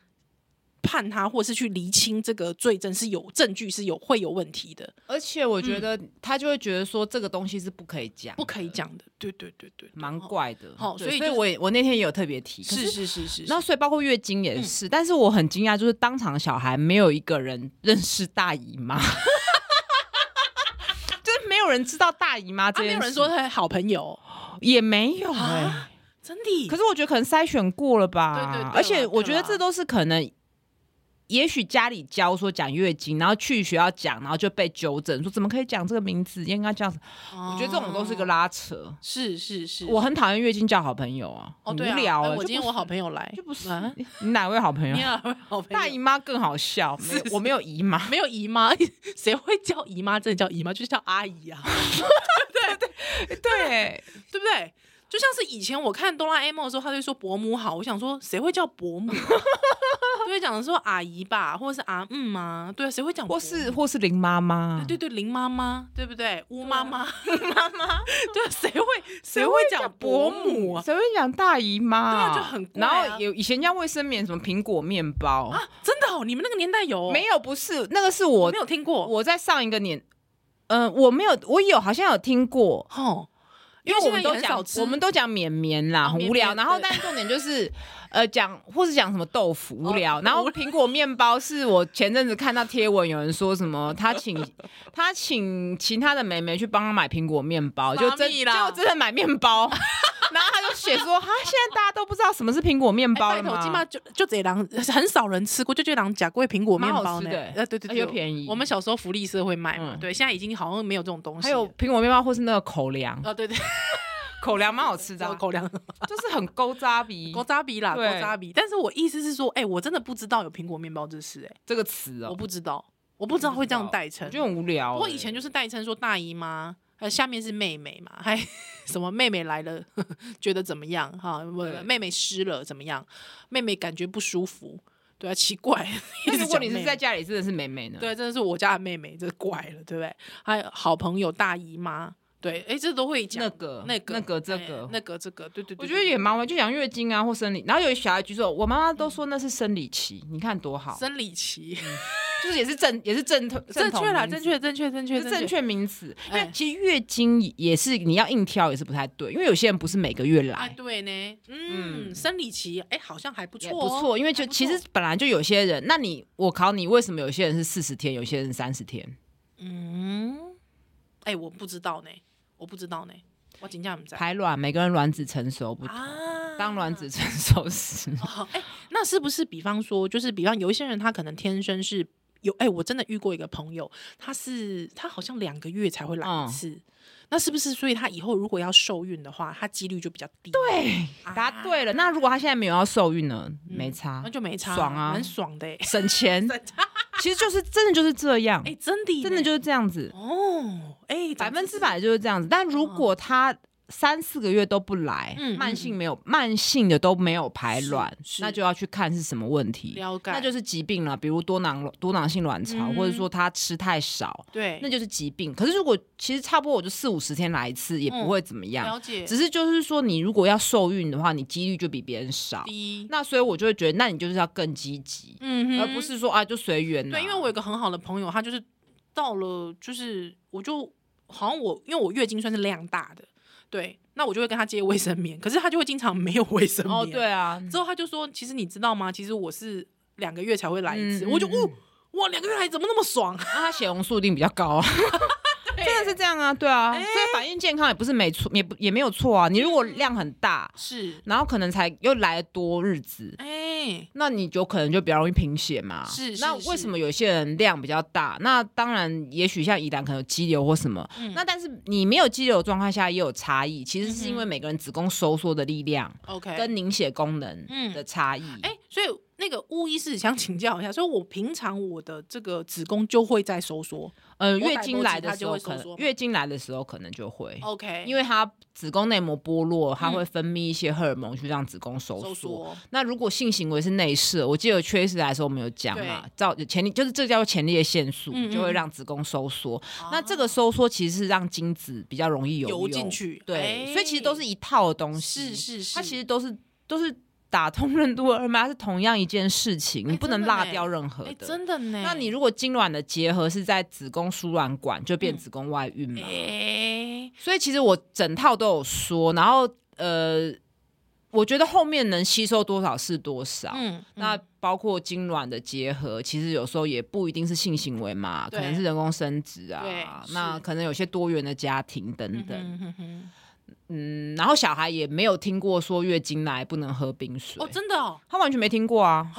Speaker 2: 判他，或是去厘清这个罪证是有证据是有会有问题的，
Speaker 1: 而且我觉得他就会觉得说这个东西是嗯不可以讲，
Speaker 2: 不可以，讲的。对对对对，对
Speaker 1: 蛮
Speaker 2: 哦
Speaker 1: 怪的。
Speaker 2: 好
Speaker 1: 对
Speaker 2: 所以
Speaker 1: 所以
Speaker 2: 就是
Speaker 1: 我也我那天也有特别提，可
Speaker 2: 是是是是，嗯
Speaker 1: 然后所以包括月经也是，但是我很惊讶，就是当场小孩没有一个人认识大姨妈， 就是没有人知道大姨妈
Speaker 2: 啊，
Speaker 1: 这
Speaker 2: 没
Speaker 1: 件事，
Speaker 2: 有人说他是好朋友
Speaker 1: 也没有哎、
Speaker 2: 啊，真的？
Speaker 1: 可
Speaker 2: 是
Speaker 1: 是我觉得可能筛选过了吧，
Speaker 2: 对对对啦
Speaker 1: 而且我觉得
Speaker 2: 对啦
Speaker 1: 这都是可能。也许家里教说讲月经，然后去学校讲，然后就被纠正说怎么可以讲这个名字，应该这样子。我
Speaker 2: 我
Speaker 1: 觉得这种都是个，拉扯。
Speaker 2: 是是是，
Speaker 1: 我很讨厌月经叫好朋友啊，
Speaker 2: 哦
Speaker 1: 很
Speaker 2: 对啊
Speaker 1: 无聊
Speaker 2: 哎
Speaker 1: 啊。
Speaker 2: 我
Speaker 1: 就
Speaker 2: 今天
Speaker 1: 不
Speaker 2: 我好朋友来，
Speaker 1: 就不是
Speaker 2: 啊
Speaker 1: 你你哪位好朋友？
Speaker 2: 你好好朋友
Speaker 1: 大姨妈更好笑，没有我没有姨妈，
Speaker 2: 没有姨妈， 谁会叫姨妈？真的叫姨妈，就是叫阿姨啊，
Speaker 1: 对，
Speaker 2: 哎对不对？就像是以前我看哆啦 A 梦的时候，他就说伯母好，我想说谁会叫伯 母啊？就会讲说阿姨吧，或者是阿嗯啊，对啊，谁会讲 伯
Speaker 1: 或
Speaker 2: 母？
Speaker 1: 是或是林妈妈，
Speaker 2: 对对林妈妈，对不对？乌妈妈， 妈妈，对啊，谁会谁会讲伯母啊？
Speaker 1: 谁会讲大姨妈？
Speaker 2: 对啊就很怪
Speaker 1: 然
Speaker 2: 啊
Speaker 1: 后有以前叫卫生棉，什么苹果面包，
Speaker 2: 啊，真的哦，你们那个年代有哦、
Speaker 1: 没有，不是那个是
Speaker 2: 我
Speaker 1: 我
Speaker 2: 没有听过。
Speaker 1: 我在上一个年，嗯，我没有，我有好像有听过。
Speaker 2: 哦，
Speaker 1: 因
Speaker 2: 因
Speaker 1: 为
Speaker 2: 为
Speaker 1: 我们
Speaker 2: 现在也
Speaker 1: 都
Speaker 2: 很
Speaker 1: 讲
Speaker 2: 少，吃
Speaker 1: 我们都讲绵绵啦，
Speaker 2: 哦
Speaker 1: 很
Speaker 2: 绵
Speaker 1: 无聊。
Speaker 2: 绵
Speaker 1: 然后，
Speaker 2: 对
Speaker 1: 但重点就是，呃，讲或是讲什么豆腐无
Speaker 2: 哦
Speaker 1: 聊。然后苹果面包是我前阵子看到贴文，有人说什么他请他请其他的妹妹去帮他买苹果面包，就真
Speaker 2: 妈咪啦
Speaker 1: 就真的买面包。 然后他就写说，哈，现在大家都不知道什么是苹果面
Speaker 2: 哎
Speaker 1: 包
Speaker 2: 拜
Speaker 1: 了
Speaker 2: 托，
Speaker 1: 吗？
Speaker 2: 金马就就这狼，很少人吃过，就这狼假贵苹果面包
Speaker 1: 蛮好吃
Speaker 2: 呢。
Speaker 1: 的
Speaker 2: 呃，对对
Speaker 1: 而
Speaker 2: 对，
Speaker 1: 且又便宜
Speaker 2: 我们小时候福利社会卖嘛，
Speaker 1: 嗯
Speaker 2: 对，现在已经好像没有这种东西。
Speaker 1: 还有，苹果面包或是那个口粮，
Speaker 2: 哦，对对，
Speaker 1: 口粮蛮好吃的啊、
Speaker 2: 狗呃粮，
Speaker 1: 就是很勾扎 鼻
Speaker 2: 狗扎比啦，狗
Speaker 1: 对
Speaker 2: 扎比。但是我意思是说，哎、我真的不知道有苹果面包这事、哎、
Speaker 1: 这个词
Speaker 2: 我
Speaker 1: 哦，
Speaker 2: 不知道，我不知道会这样代
Speaker 1: 我
Speaker 2: 称。
Speaker 1: 觉得很无聊欸、
Speaker 2: 我以前就是代称说大姨妈，还有下面是妹妹嘛，还 什么妹妹来了，觉得怎么样哈？不
Speaker 1: 对
Speaker 2: 妹妹湿了怎么样？妹妹感觉不舒服，对啊，奇怪。
Speaker 1: 那
Speaker 2: 一 直
Speaker 1: 如果
Speaker 2: 讲
Speaker 1: 你
Speaker 2: 妹
Speaker 1: 是
Speaker 2: 妹
Speaker 1: 在家里真的是美美呢？，
Speaker 2: 对，真的是我家的妹妹，这怪了，对不对？还有好朋友大姨妈，对，哎，这都会讲
Speaker 1: 那个
Speaker 2: 那个
Speaker 1: 那个这
Speaker 2: 哎
Speaker 1: 个
Speaker 2: 那个这个，对对对，
Speaker 1: 我觉得也蛮玩，就讲月经啊或生理，然后有小孩举手，我妈妈都说那是生理期，你看多好，
Speaker 2: 嗯生理期，
Speaker 1: 就是也是正也是正
Speaker 2: 正
Speaker 1: 统
Speaker 2: 确啦，
Speaker 1: 名字
Speaker 2: 正确，正确，正确，
Speaker 1: 是正确名词，因
Speaker 2: 哎
Speaker 1: 为其实月经也是你要硬挑也是不太对，因为有些人不是每个月
Speaker 2: 啊，
Speaker 1: 来，
Speaker 2: 对呢，嗯，
Speaker 1: 嗯
Speaker 2: 生理期，哎，好像还不错
Speaker 1: 也
Speaker 2: 哦，
Speaker 1: 不错，因为就
Speaker 2: 还不错
Speaker 1: 其实本来就有些人，那你我考你，为什么有些人是四十天，有些人三十天？
Speaker 2: 嗯，哎，我不知道呢，我不知道呢，我请假不在
Speaker 1: 排卵，每个人卵子成熟不同，
Speaker 2: 啊
Speaker 1: 当卵子成熟时，
Speaker 2: 哦，哎、那是不是比方说，就是比方有一些人他可能天生是有，哎、我真的遇过一个朋友，他是他好像两个月才会来一
Speaker 1: 嗯
Speaker 2: 次，那是不是所以他以后如果要受孕的话，他几率就比较低？
Speaker 1: 对，哎
Speaker 2: 啊
Speaker 1: 答对了。那如果他现在没有要受孕呢？
Speaker 2: 嗯，
Speaker 1: 没差
Speaker 2: 那，就没差，
Speaker 1: 爽啊
Speaker 2: 蛮爽的、哎
Speaker 1: 省钱， 其实就是真的就是这样
Speaker 2: 哎、，真的耶，
Speaker 1: 真的就是这样子，
Speaker 2: 哦，哎、
Speaker 1: 百
Speaker 2: 长
Speaker 1: 分
Speaker 2: 知
Speaker 1: 之
Speaker 2: 识，
Speaker 1: 百就是这样子。但如果他三四个月都不来
Speaker 2: 嗯，
Speaker 1: 慢性没有慢性的都没有排
Speaker 2: 是
Speaker 1: 卵，
Speaker 2: 是
Speaker 1: 那就要去看是什么问题。
Speaker 2: 了解，
Speaker 1: 那就是疾病了，比如多囊多囊性卵巢，
Speaker 2: 嗯哎
Speaker 1: 或者说他吃太少，
Speaker 2: 对，
Speaker 1: 那就是疾病。可是如果其实差不多，我就四五十天来一次，也不会怎么样。
Speaker 2: 嗯了解
Speaker 1: 只是就是说，你如果要受孕的话，你几率就比别人少。
Speaker 2: 低，
Speaker 1: 那所以我就会觉得，那你就是要更积极，
Speaker 2: 嗯哼
Speaker 1: 而不是说啊就随缘啦。
Speaker 2: 对，因为我有一个很好的朋友，他就是到了，就是我就好像我因为我月经算是量大的，对，那我就会跟他借卫生棉，可是他就会经常没有卫生棉。
Speaker 1: 哦对啊，
Speaker 2: 之后他就说，其实你知道吗？其实我是两个月才会来一次，
Speaker 1: 嗯
Speaker 2: 我就
Speaker 1: 嗯
Speaker 2: 哦。哇，两个月来怎么那么爽？啊
Speaker 1: 那它血红素一定比较高 啊，真的是这样啊，对啊，所以反映健康也不是没错，也不也没有错啊。你如果量很大，
Speaker 2: 是，
Speaker 1: 然后可能才又来多日子，
Speaker 2: 哎，
Speaker 1: 那你有可能就比较容易贫血嘛。
Speaker 2: 是是
Speaker 1: 啊那
Speaker 2: 是
Speaker 1: 为什么有些人量比较大？那当然，也许像宜兰可能有肌瘤或什么。
Speaker 2: 嗯
Speaker 1: 那但是你没有肌瘤的状态下也有差异，其实是因为
Speaker 2: 嗯
Speaker 1: 每个人子宫收缩的力量
Speaker 2: OK，
Speaker 1: 跟凝血功能
Speaker 2: 嗯
Speaker 1: 的差异。
Speaker 2: 哎，所以那个巫医是想请教一下，所以我平常我的这个子宫就会在收缩
Speaker 1: 呃，
Speaker 2: 我
Speaker 1: 月
Speaker 2: 摆
Speaker 1: 经
Speaker 2: 脖子
Speaker 1: 来
Speaker 2: 它
Speaker 1: 的时
Speaker 2: 就
Speaker 1: 候
Speaker 2: 会收
Speaker 1: 可
Speaker 2: 缩
Speaker 1: 能
Speaker 2: 吗
Speaker 1: 月经来的时候可能就会，
Speaker 2: ，OK，
Speaker 1: 因
Speaker 2: 为
Speaker 1: 为它子宫内膜剥落，它
Speaker 2: 嗯
Speaker 1: 会分泌一些荷尔蒙去让子宫收
Speaker 2: 收
Speaker 1: 缩。
Speaker 2: 缩，
Speaker 1: 那如果性行为是内射，我记得缺失来的时候我们有讲嘛
Speaker 2: 对，
Speaker 1: 造前列就是这叫前列腺素
Speaker 2: 嗯嗯，
Speaker 1: 就会让子宫收缩。那这
Speaker 2: 啊
Speaker 1: 个收缩其实是让精子比较容易
Speaker 2: 游
Speaker 1: 游
Speaker 2: 进
Speaker 1: 泳，
Speaker 2: 去，
Speaker 1: 对，所以其实
Speaker 2: 哎
Speaker 1: 都是一套的东西。
Speaker 2: 是是是，
Speaker 1: 它其实都是都是打通任督二脉，它是同样一件事情，
Speaker 2: 哎
Speaker 1: 你不能
Speaker 2: 真的呢
Speaker 1: 落掉任何
Speaker 2: 哎、
Speaker 1: 的。
Speaker 2: 真的呢。
Speaker 1: 那你如果精卵的结合是在子宫输卵管，就变
Speaker 2: 嗯
Speaker 1: 子宫外孕嘛。
Speaker 2: 哎、
Speaker 1: 所以其实我整套都有说，然后呃，我觉得后面能吸收多少是多少。
Speaker 2: 嗯，
Speaker 1: 那
Speaker 2: 嗯
Speaker 1: 包括精卵的结合，其实有时候也不一定是性行为嘛，
Speaker 2: 对
Speaker 1: 可能是人工生殖
Speaker 2: 对
Speaker 1: 啊，
Speaker 2: 是
Speaker 1: 那可能有些多元的家庭等等。
Speaker 2: 嗯哼哼哼
Speaker 1: 嗯，然后小孩也没有听过说月经来不能喝冰水，
Speaker 2: 哦，真的哦，
Speaker 1: 他完全没听过啊，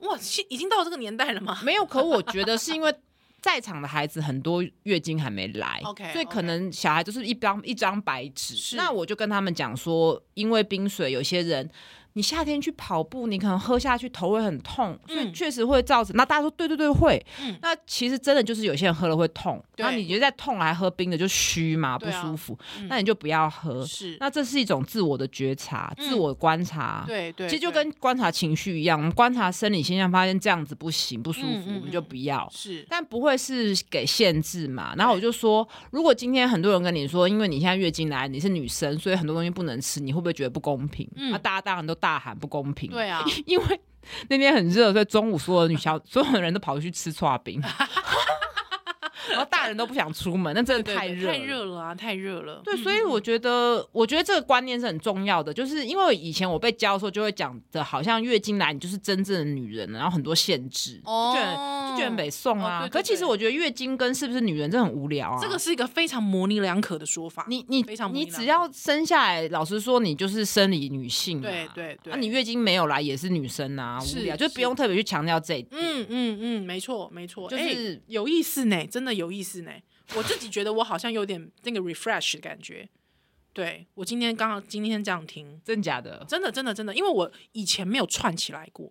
Speaker 2: 哇，现已经到这个年代了吗？
Speaker 1: 没有。可我觉得是因 为在场的孩子很多月经还没来
Speaker 2: OK，
Speaker 1: 哎所以
Speaker 2: OK
Speaker 1: 可能小孩就是一张一张白
Speaker 2: 是
Speaker 1: 纸。那我就跟他们讲说，因为冰水，有些人你夏天去跑步，你可能喝下去头会很痛，所以
Speaker 2: 嗯
Speaker 1: 确实会造成。那大家说对对对会，
Speaker 2: 嗯
Speaker 1: 那其实真的就是有些人喝了会痛，
Speaker 2: 对
Speaker 1: 那你觉得在痛还喝冰的就虚嘛，不
Speaker 2: 对啊
Speaker 1: 舒服，
Speaker 2: 嗯
Speaker 1: 那你就不要喝。
Speaker 2: 是，
Speaker 1: 那这是一种自我的觉察、
Speaker 2: 嗯
Speaker 1: 自我观察。
Speaker 2: 对对，
Speaker 1: 其实就
Speaker 2: 对
Speaker 1: 跟观察情绪一样，我们观察生理现象，发现这样子不行，不舒服，
Speaker 2: 嗯嗯
Speaker 1: 我们就
Speaker 2: 嗯
Speaker 1: 不要。
Speaker 2: 是
Speaker 1: 但不会是给限制嘛？然后我就说，如果今天很多人跟你说，因为你现在月经来，你是女生，所以很多东西不能吃，你会不会觉得不公平？那、
Speaker 2: 嗯
Speaker 1: 大家当然都大喊不公平。
Speaker 2: 对啊，
Speaker 1: 因为那天很热，所以中午所有的女小 所有的人都跑去吃串 冰，然后大人都不想出门，那真的
Speaker 2: 对
Speaker 1: 太
Speaker 2: 对
Speaker 1: 热
Speaker 2: 太热了啊，太热了。
Speaker 1: 对，所以我觉得，我觉得这个观念是很重要的，就是因为以前我被教的时候，就会讲的，好像月经来你就是真正的女人，然后很多限制，就觉得
Speaker 2: 哦
Speaker 1: 就觉得北宋
Speaker 2: 哦
Speaker 1: 啊
Speaker 2: 对。对
Speaker 1: 可其实
Speaker 2: 对
Speaker 1: 我觉得月经跟是不是女人，这很无聊啊。
Speaker 2: 这个是一个非常模棱两可的说法。
Speaker 1: 你你
Speaker 2: 非常无
Speaker 1: 你
Speaker 2: 聊
Speaker 1: 只要生下来，老实说，你就是生理女性、啊。
Speaker 2: 对对对
Speaker 1: 那、你月经没有来也是女生啊，无
Speaker 2: 是
Speaker 1: 聊，就是不用特别去强调这一点。
Speaker 2: 嗯嗯嗯，没错没错，
Speaker 1: 就
Speaker 2: 哎
Speaker 1: 是
Speaker 2: 有 意思呢，真的有意思呢。我自己觉得我好像有点那个 refresh 的感觉，对我今天刚好今天这样听，
Speaker 1: 真假的？
Speaker 2: 真的真的真的，因为我以前没有串起来过，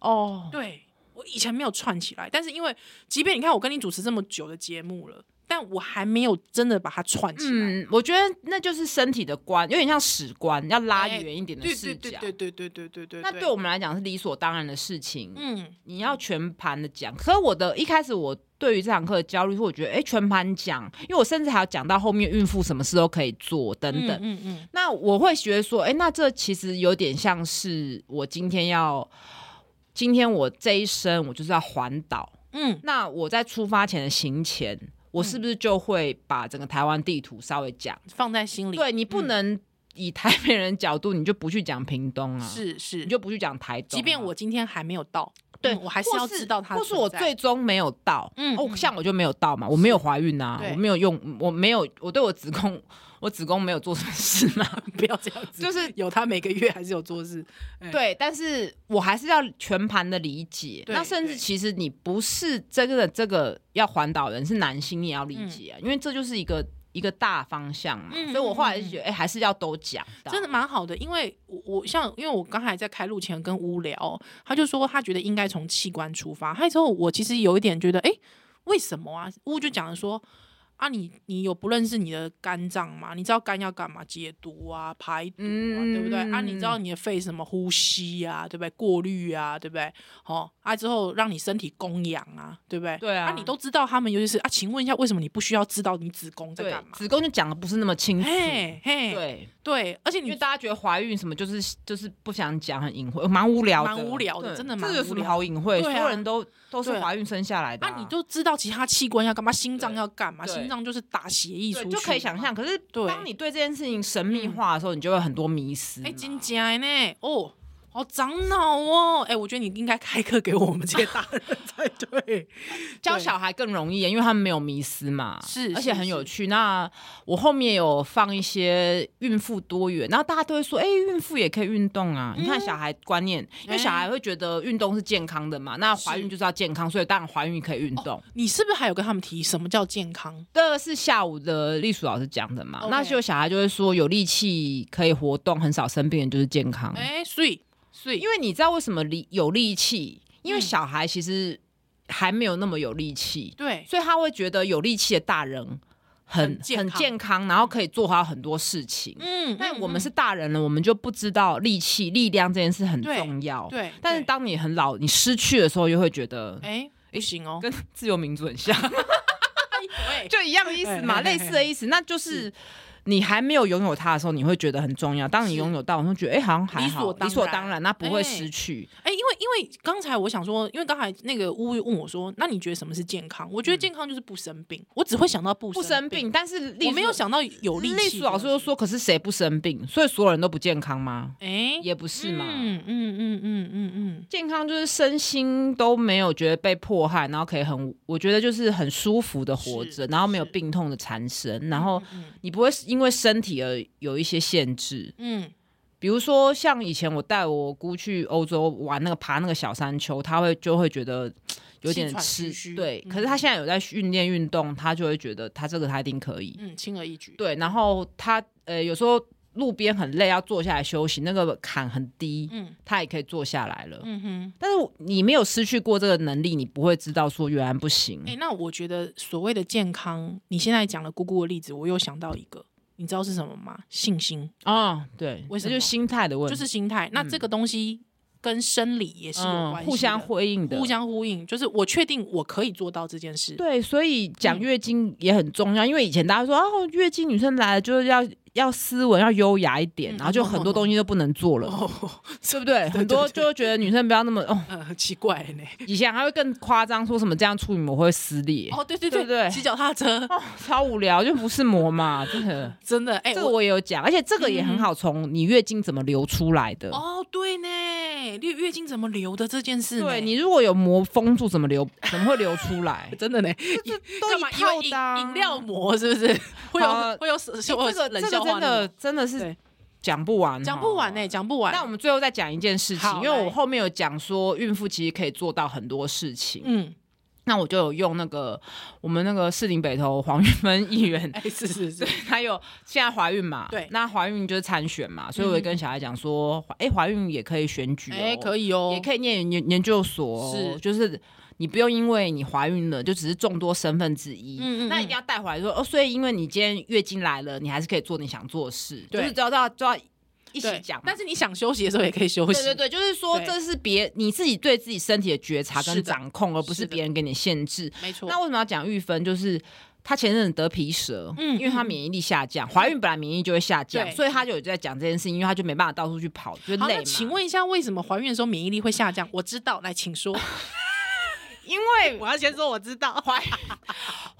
Speaker 1: 哦，
Speaker 2: 对我以前没有串起来，但是因为即便你看我跟你主持这么久的节目了，但我还没有真的把它串起啊来。
Speaker 1: 嗯，我觉得那就是身体的关，有点像史观，要拉
Speaker 2: 哎
Speaker 1: 远一点的
Speaker 2: 对
Speaker 1: 视
Speaker 2: 对对
Speaker 1: 角。
Speaker 2: 对对对对对对，
Speaker 1: 那对我们来讲是理所当然的事情。
Speaker 2: 嗯
Speaker 1: 你要全盘的讲。可是我的一开始我对于这堂课的焦虑，是我觉得哎、诶全盘讲，因为我甚至还要讲到后面孕妇什么事都可以做等等。
Speaker 2: 嗯嗯
Speaker 1: 那我会觉得说，哎、那这其实有点像是我今天要，今天我这一生我就是要环岛。
Speaker 2: 嗯
Speaker 1: 那我在出发前的行前，我是不是就会把整个台湾地图稍微讲？
Speaker 2: 嗯，放在心里。
Speaker 1: 对你不能以台北人角度，你就不去讲屏东啊，
Speaker 2: 是是，
Speaker 1: 你就不去讲台东啊、
Speaker 2: 即便我今天还没有到，
Speaker 1: 对
Speaker 2: 嗯我还是要知道它的
Speaker 1: 或是我
Speaker 2: 存在
Speaker 1: 最终没有到，
Speaker 2: 嗯
Speaker 1: 嗯，哦
Speaker 2: 嗯，
Speaker 1: 像我就没有到嘛，我没有怀孕啊，
Speaker 2: 对
Speaker 1: 我没有用，我没有，我对我子宫，我子宫没有做什么事 嘛，
Speaker 2: 不要这样子，
Speaker 1: 就是
Speaker 2: 有他每个月还是有做事。对
Speaker 1: 对，但是我还是要全盘的理解。
Speaker 2: 对
Speaker 1: 那甚至
Speaker 2: 对
Speaker 1: 其实你不是这个这个要环岛人是男性，你也要理解啊，因为这就是一个一个大方向嘛，
Speaker 2: 嗯
Speaker 1: 所以我后来就觉得，哎、还是要都讲到，
Speaker 2: 真的蛮好的，因为我我像因为我刚才在开录前跟乌聊，他就说他觉得应该从器官出发，还有之后我其实有一点觉得，哎、为什么啊？乌就讲了说。啊你，你有不认识你的肝脏吗？你知道肝要干嘛？解毒啊，排毒啊，
Speaker 1: 嗯
Speaker 2: 对不对？啊，你知道你的肺什么呼吸啊，对不对？过滤啊，对不对？哦，啊之后让你身体供氧啊，对不对？
Speaker 1: 对啊
Speaker 2: 啊你都知道他们，尤其是啊，请问一下，为什么你不需要知道你子宫在
Speaker 1: 对
Speaker 2: 干嘛？
Speaker 1: 子宫就讲的不是那么清楚。
Speaker 2: 嘿嘿，
Speaker 1: 对，
Speaker 2: 对，而且
Speaker 1: 因
Speaker 2: 你
Speaker 1: 为大家觉得怀孕什么就是就是不想讲，很隐晦，蛮无聊的，
Speaker 2: 蛮无聊的
Speaker 1: 对
Speaker 2: 真的蛮
Speaker 1: 这有什
Speaker 2: 无
Speaker 1: 么
Speaker 2: 聊
Speaker 1: 好隐晦？
Speaker 2: 对啊
Speaker 1: 所有人都都是
Speaker 2: 对啊
Speaker 1: 怀孕生下来的、
Speaker 2: 啊，你就知道其他器官要干嘛，心脏要干嘛，
Speaker 1: 对
Speaker 2: 心脏就是打血液
Speaker 1: 对
Speaker 2: 出去，
Speaker 1: 就可以想象。。可是
Speaker 2: 对
Speaker 1: 当你对这嗯件事情神秘化的时候，你就会有很多迷失嘛。
Speaker 2: 哎，真假呢？哦，好长脑哦！哎，我觉得你应该开课给我们这些大 人才对。
Speaker 1: 教小孩更容易，因为他们没有迷失嘛，
Speaker 2: 是
Speaker 1: 而
Speaker 2: 是
Speaker 1: 且很有趣。那我后面有放一些孕妇多元，然后大家都会说，哎、孕妇也可以运动啊。你看小孩观念，因为小孩会觉得运动是健康的嘛，那怀哎孕就是要健康，所以当然怀孕可以运动。
Speaker 2: 你是不是还有跟他们提什么叫健康？
Speaker 1: 这个是下午的历史老师讲的嘛
Speaker 2: OK
Speaker 1: 那就小孩就会说有力气可以活动，很少生病的就是健康。
Speaker 2: 哎，所以所以
Speaker 1: 因为你知道为什么力有力气？因
Speaker 2: 嗯
Speaker 1: 为小孩其实还没有那么有力气，
Speaker 2: 对
Speaker 1: 所以他会觉得有力气的大人很
Speaker 2: 很健康
Speaker 1: 很健康，然后可以做好很多事情。
Speaker 2: 嗯
Speaker 1: 但
Speaker 2: 嗯
Speaker 1: 我们
Speaker 2: 嗯
Speaker 1: 是大人了，我们就不知道力气、力量这件事很
Speaker 2: 对
Speaker 1: 重要。
Speaker 2: 对，
Speaker 1: 但是
Speaker 2: 对
Speaker 1: 当你很老，你失去的时候，又会觉得
Speaker 2: 哎不 行哦，哎
Speaker 1: 跟自由民主很像。
Speaker 2: 对
Speaker 1: 就一样的意思嘛，
Speaker 2: 嘿嘿嘿
Speaker 1: 类似的意思。那就是你还没有拥有它的时候，你会觉得很重要；当你
Speaker 2: 是
Speaker 1: 拥有到，你会觉得哎、好像还
Speaker 2: 理所
Speaker 1: 好，
Speaker 2: 当然
Speaker 1: 理所当然，那不
Speaker 2: 哎
Speaker 1: 会失去。
Speaker 2: 哎，因为因为刚才我想说，因为刚才那个乌问我说，那你觉得什么是健康？我觉得健康就是不生病，我只会想到不
Speaker 1: 嗯不生病，但是历
Speaker 2: 我没有
Speaker 1: 史
Speaker 2: 想到有力气。
Speaker 1: 历史老师又，说，可是谁不生病？所以所有人都不健康吗？
Speaker 2: 哎，
Speaker 1: 也不是嘛。
Speaker 2: 嗯嗯嗯嗯嗯嗯，
Speaker 1: 健康就是身心都没有觉得被迫害，然后可以很，我觉得就是很舒服的活
Speaker 2: 是
Speaker 1: 着，然后没有
Speaker 2: 是
Speaker 1: 病痛的缠身，然后
Speaker 2: 嗯
Speaker 1: 你不会因为身体而有一些限制。
Speaker 2: 嗯
Speaker 1: 比如说，像以前我带我姑去欧洲玩那个爬那个小山丘，她会就会觉得有点
Speaker 2: 气喘
Speaker 1: 吃
Speaker 2: 吁吁
Speaker 1: 对。
Speaker 2: 嗯
Speaker 1: 可是她现在有在训练运动，她就会觉得她这个她一定可以。
Speaker 2: 嗯，轻而易举。
Speaker 1: 对，然后她呃有时候路边很累要坐下来休息，那个坎很低，
Speaker 2: 嗯
Speaker 1: 她也可以坐下来了。
Speaker 2: 嗯哼，
Speaker 1: 但是你没有失去过这个能力，你不会知道说原来不行。
Speaker 2: 哎、那我觉得所谓的健康，你现在讲了姑姑的例子，我又想到一个，你知道是什么吗？信心，
Speaker 1: 哦，对，
Speaker 2: 为什
Speaker 1: 这
Speaker 2: 么
Speaker 1: 就是心态的问
Speaker 2: 就
Speaker 1: 题，
Speaker 2: 是心态。那这个东西跟生理也是有
Speaker 1: 嗯
Speaker 2: 关系的、
Speaker 1: 互相辉映的，
Speaker 2: 互相呼应，就是我确定我可以做到这件事。
Speaker 1: 对，所以
Speaker 2: 嗯
Speaker 1: 讲月经也很重要，因为以前大家说哦，月经女生来了就是要要斯文，要优雅一点，
Speaker 2: 嗯
Speaker 1: 然后就很多东西都不能做了，
Speaker 2: 哦，
Speaker 1: 对不 对？很多就会觉得女生不要那么哦，
Speaker 2: 呃，奇怪呢。
Speaker 1: 以前还会更夸张，说什么这样处女膜会撕裂，
Speaker 2: 哦，对对
Speaker 1: 对不对
Speaker 2: 骑脚踏车，
Speaker 1: 哦，超无聊，就不是膜嘛，真的。
Speaker 2: 真的， 哎、
Speaker 1: 这个
Speaker 2: 我嗯
Speaker 1: 我也有讲，而且这个也很好从你月经怎么流出来的。
Speaker 2: 哦，对呢，月月经怎么流的这件事呢，？
Speaker 1: 对你如果有膜封住，怎么流？怎么会流出来
Speaker 2: 真的呢，
Speaker 1: 都
Speaker 2: 干
Speaker 1: 一
Speaker 2: 嘛？因
Speaker 1: 套
Speaker 2: 为饮
Speaker 1: 的啊
Speaker 2: 饮料膜是 不是会有
Speaker 1: 呃
Speaker 2: 会有是会
Speaker 1: 这
Speaker 2: 有
Speaker 1: 个
Speaker 2: 冷
Speaker 1: 这
Speaker 2: 笑
Speaker 1: 个
Speaker 2: 话
Speaker 1: 真
Speaker 2: 那
Speaker 1: 的
Speaker 2: 种？哦
Speaker 1: 真的是
Speaker 2: 对
Speaker 1: 讲不完，
Speaker 2: 讲不完呢，欸讲不完。
Speaker 1: 那我们最后再讲一件事情，
Speaker 2: 好
Speaker 1: 因为我
Speaker 2: 来
Speaker 1: 后面有讲说，孕妇其实可以做到很多事情。
Speaker 2: 嗯
Speaker 1: 那我就有用那个我们那个士林北投黄玉芬议员
Speaker 2: 哎，是是是
Speaker 1: 对，，她有现在怀孕嘛？
Speaker 2: 对嗯
Speaker 1: 那怀孕就是参选嘛，所以我也跟小孩讲说，哎、怀孕也可以选举、哦，
Speaker 2: 哎，可
Speaker 1: 以、
Speaker 2: 以哦，
Speaker 1: 也可以念研研究所、哦，
Speaker 2: 是
Speaker 1: 就是。你不用因为你怀孕了，就只是众多身份之一，
Speaker 2: 嗯嗯嗯
Speaker 1: 那一定要带回来说哦。所以因为你今天月经来了，你还是可以做你想做的事，就
Speaker 2: 对
Speaker 1: 是只要都要都要一起
Speaker 2: 对
Speaker 1: 讲嘛。
Speaker 2: 但是你想休息的时候也可以休
Speaker 1: 对
Speaker 2: 息，
Speaker 1: 对对，就是说
Speaker 2: 对
Speaker 1: 这是别你自己对自己身体的觉察跟
Speaker 2: 是的
Speaker 1: 掌控，而不是
Speaker 2: 是的
Speaker 1: 别人给你限制。
Speaker 2: 没错。
Speaker 1: 那为什么要讲玉芬？就是她前阵子得皮蛇，
Speaker 2: 嗯
Speaker 1: 因为她免疫力下降，怀孕本来免疫力就会下降，
Speaker 2: 对
Speaker 1: 所以她就有在讲这件事情，因为她就没办法到处去跑，就
Speaker 2: 好，
Speaker 1: 累
Speaker 2: 那
Speaker 1: 嘛。
Speaker 2: 请，问一下，为什么怀孕的时候免疫力会下降？我知道，来，请说。
Speaker 1: 因为
Speaker 2: 我要先说我知道，怀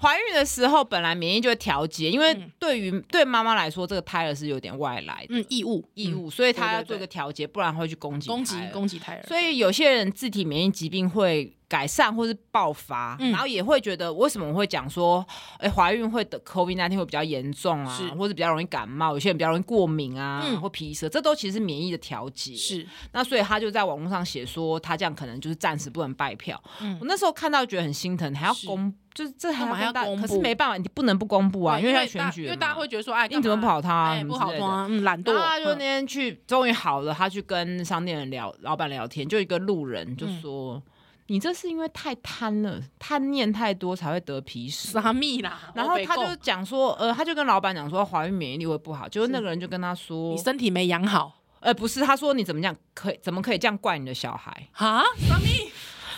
Speaker 1: 怀孕的时候本来免疫就会调节，因为
Speaker 2: 嗯
Speaker 1: 对于对妈妈来说，这个胎儿是有点外来的
Speaker 2: 嗯异物
Speaker 1: 异
Speaker 2: 嗯
Speaker 1: 物，所以她
Speaker 2: 对对
Speaker 1: 要做一个调节，不然会去攻击
Speaker 2: 攻击
Speaker 1: 胎儿
Speaker 2: 攻击胎儿，
Speaker 1: 所以有些人自体免疫疾病会改善或是爆发，
Speaker 2: 嗯
Speaker 1: 然后也会觉得为什么我会讲说，哎、怀孕会得 COVID 1 9会比较严重啊
Speaker 2: 是，
Speaker 1: 或者比较容易感冒，有些人比较容易过敏啊，
Speaker 2: 嗯
Speaker 1: 或皮蛇，这都其实是免疫的调节。，
Speaker 2: 是
Speaker 1: 那所以他就在网络上写说，他这样可能就是暂时不能拜票。
Speaker 2: 嗯
Speaker 1: 我那时候看到觉得很心疼，还要
Speaker 2: 是
Speaker 1: 公，就是这还
Speaker 2: 干嘛还
Speaker 1: 要
Speaker 2: 要
Speaker 1: 大
Speaker 2: 公布
Speaker 1: 可是没办法，你不能不公布啊，
Speaker 2: 对
Speaker 1: 因为
Speaker 2: 大
Speaker 1: 要选举
Speaker 2: 因
Speaker 1: 了
Speaker 2: 为
Speaker 1: 嘛
Speaker 2: 大家会觉得说，哎，
Speaker 1: 你怎么
Speaker 2: 干
Speaker 1: 不
Speaker 2: 嘛？
Speaker 1: 好他、啊
Speaker 2: 哎，
Speaker 1: 什么
Speaker 2: 不
Speaker 1: 之
Speaker 2: 好
Speaker 1: 类
Speaker 2: 通
Speaker 1: 的
Speaker 2: 啊，嗯，懒惰。
Speaker 1: 然后他就
Speaker 2: 嗯
Speaker 1: 那天去，终于好了，他去跟商店的聊老板聊天，就一个路人就说：“你这是因为太贪了，贪念太多才会得皮屎。
Speaker 2: 傻蜜啦”，
Speaker 1: 然
Speaker 2: 我
Speaker 1: 后
Speaker 2: 北
Speaker 1: 他就
Speaker 2: 贡
Speaker 1: 讲说，呃，他就跟老板讲说怀孕免疫力会不好，结果那个人就跟他说
Speaker 2: 你，身体没养好
Speaker 1: 呃，不是，他说你怎么讲，可以怎么可以这样怪你的小孩？
Speaker 2: 啊，傻蜜，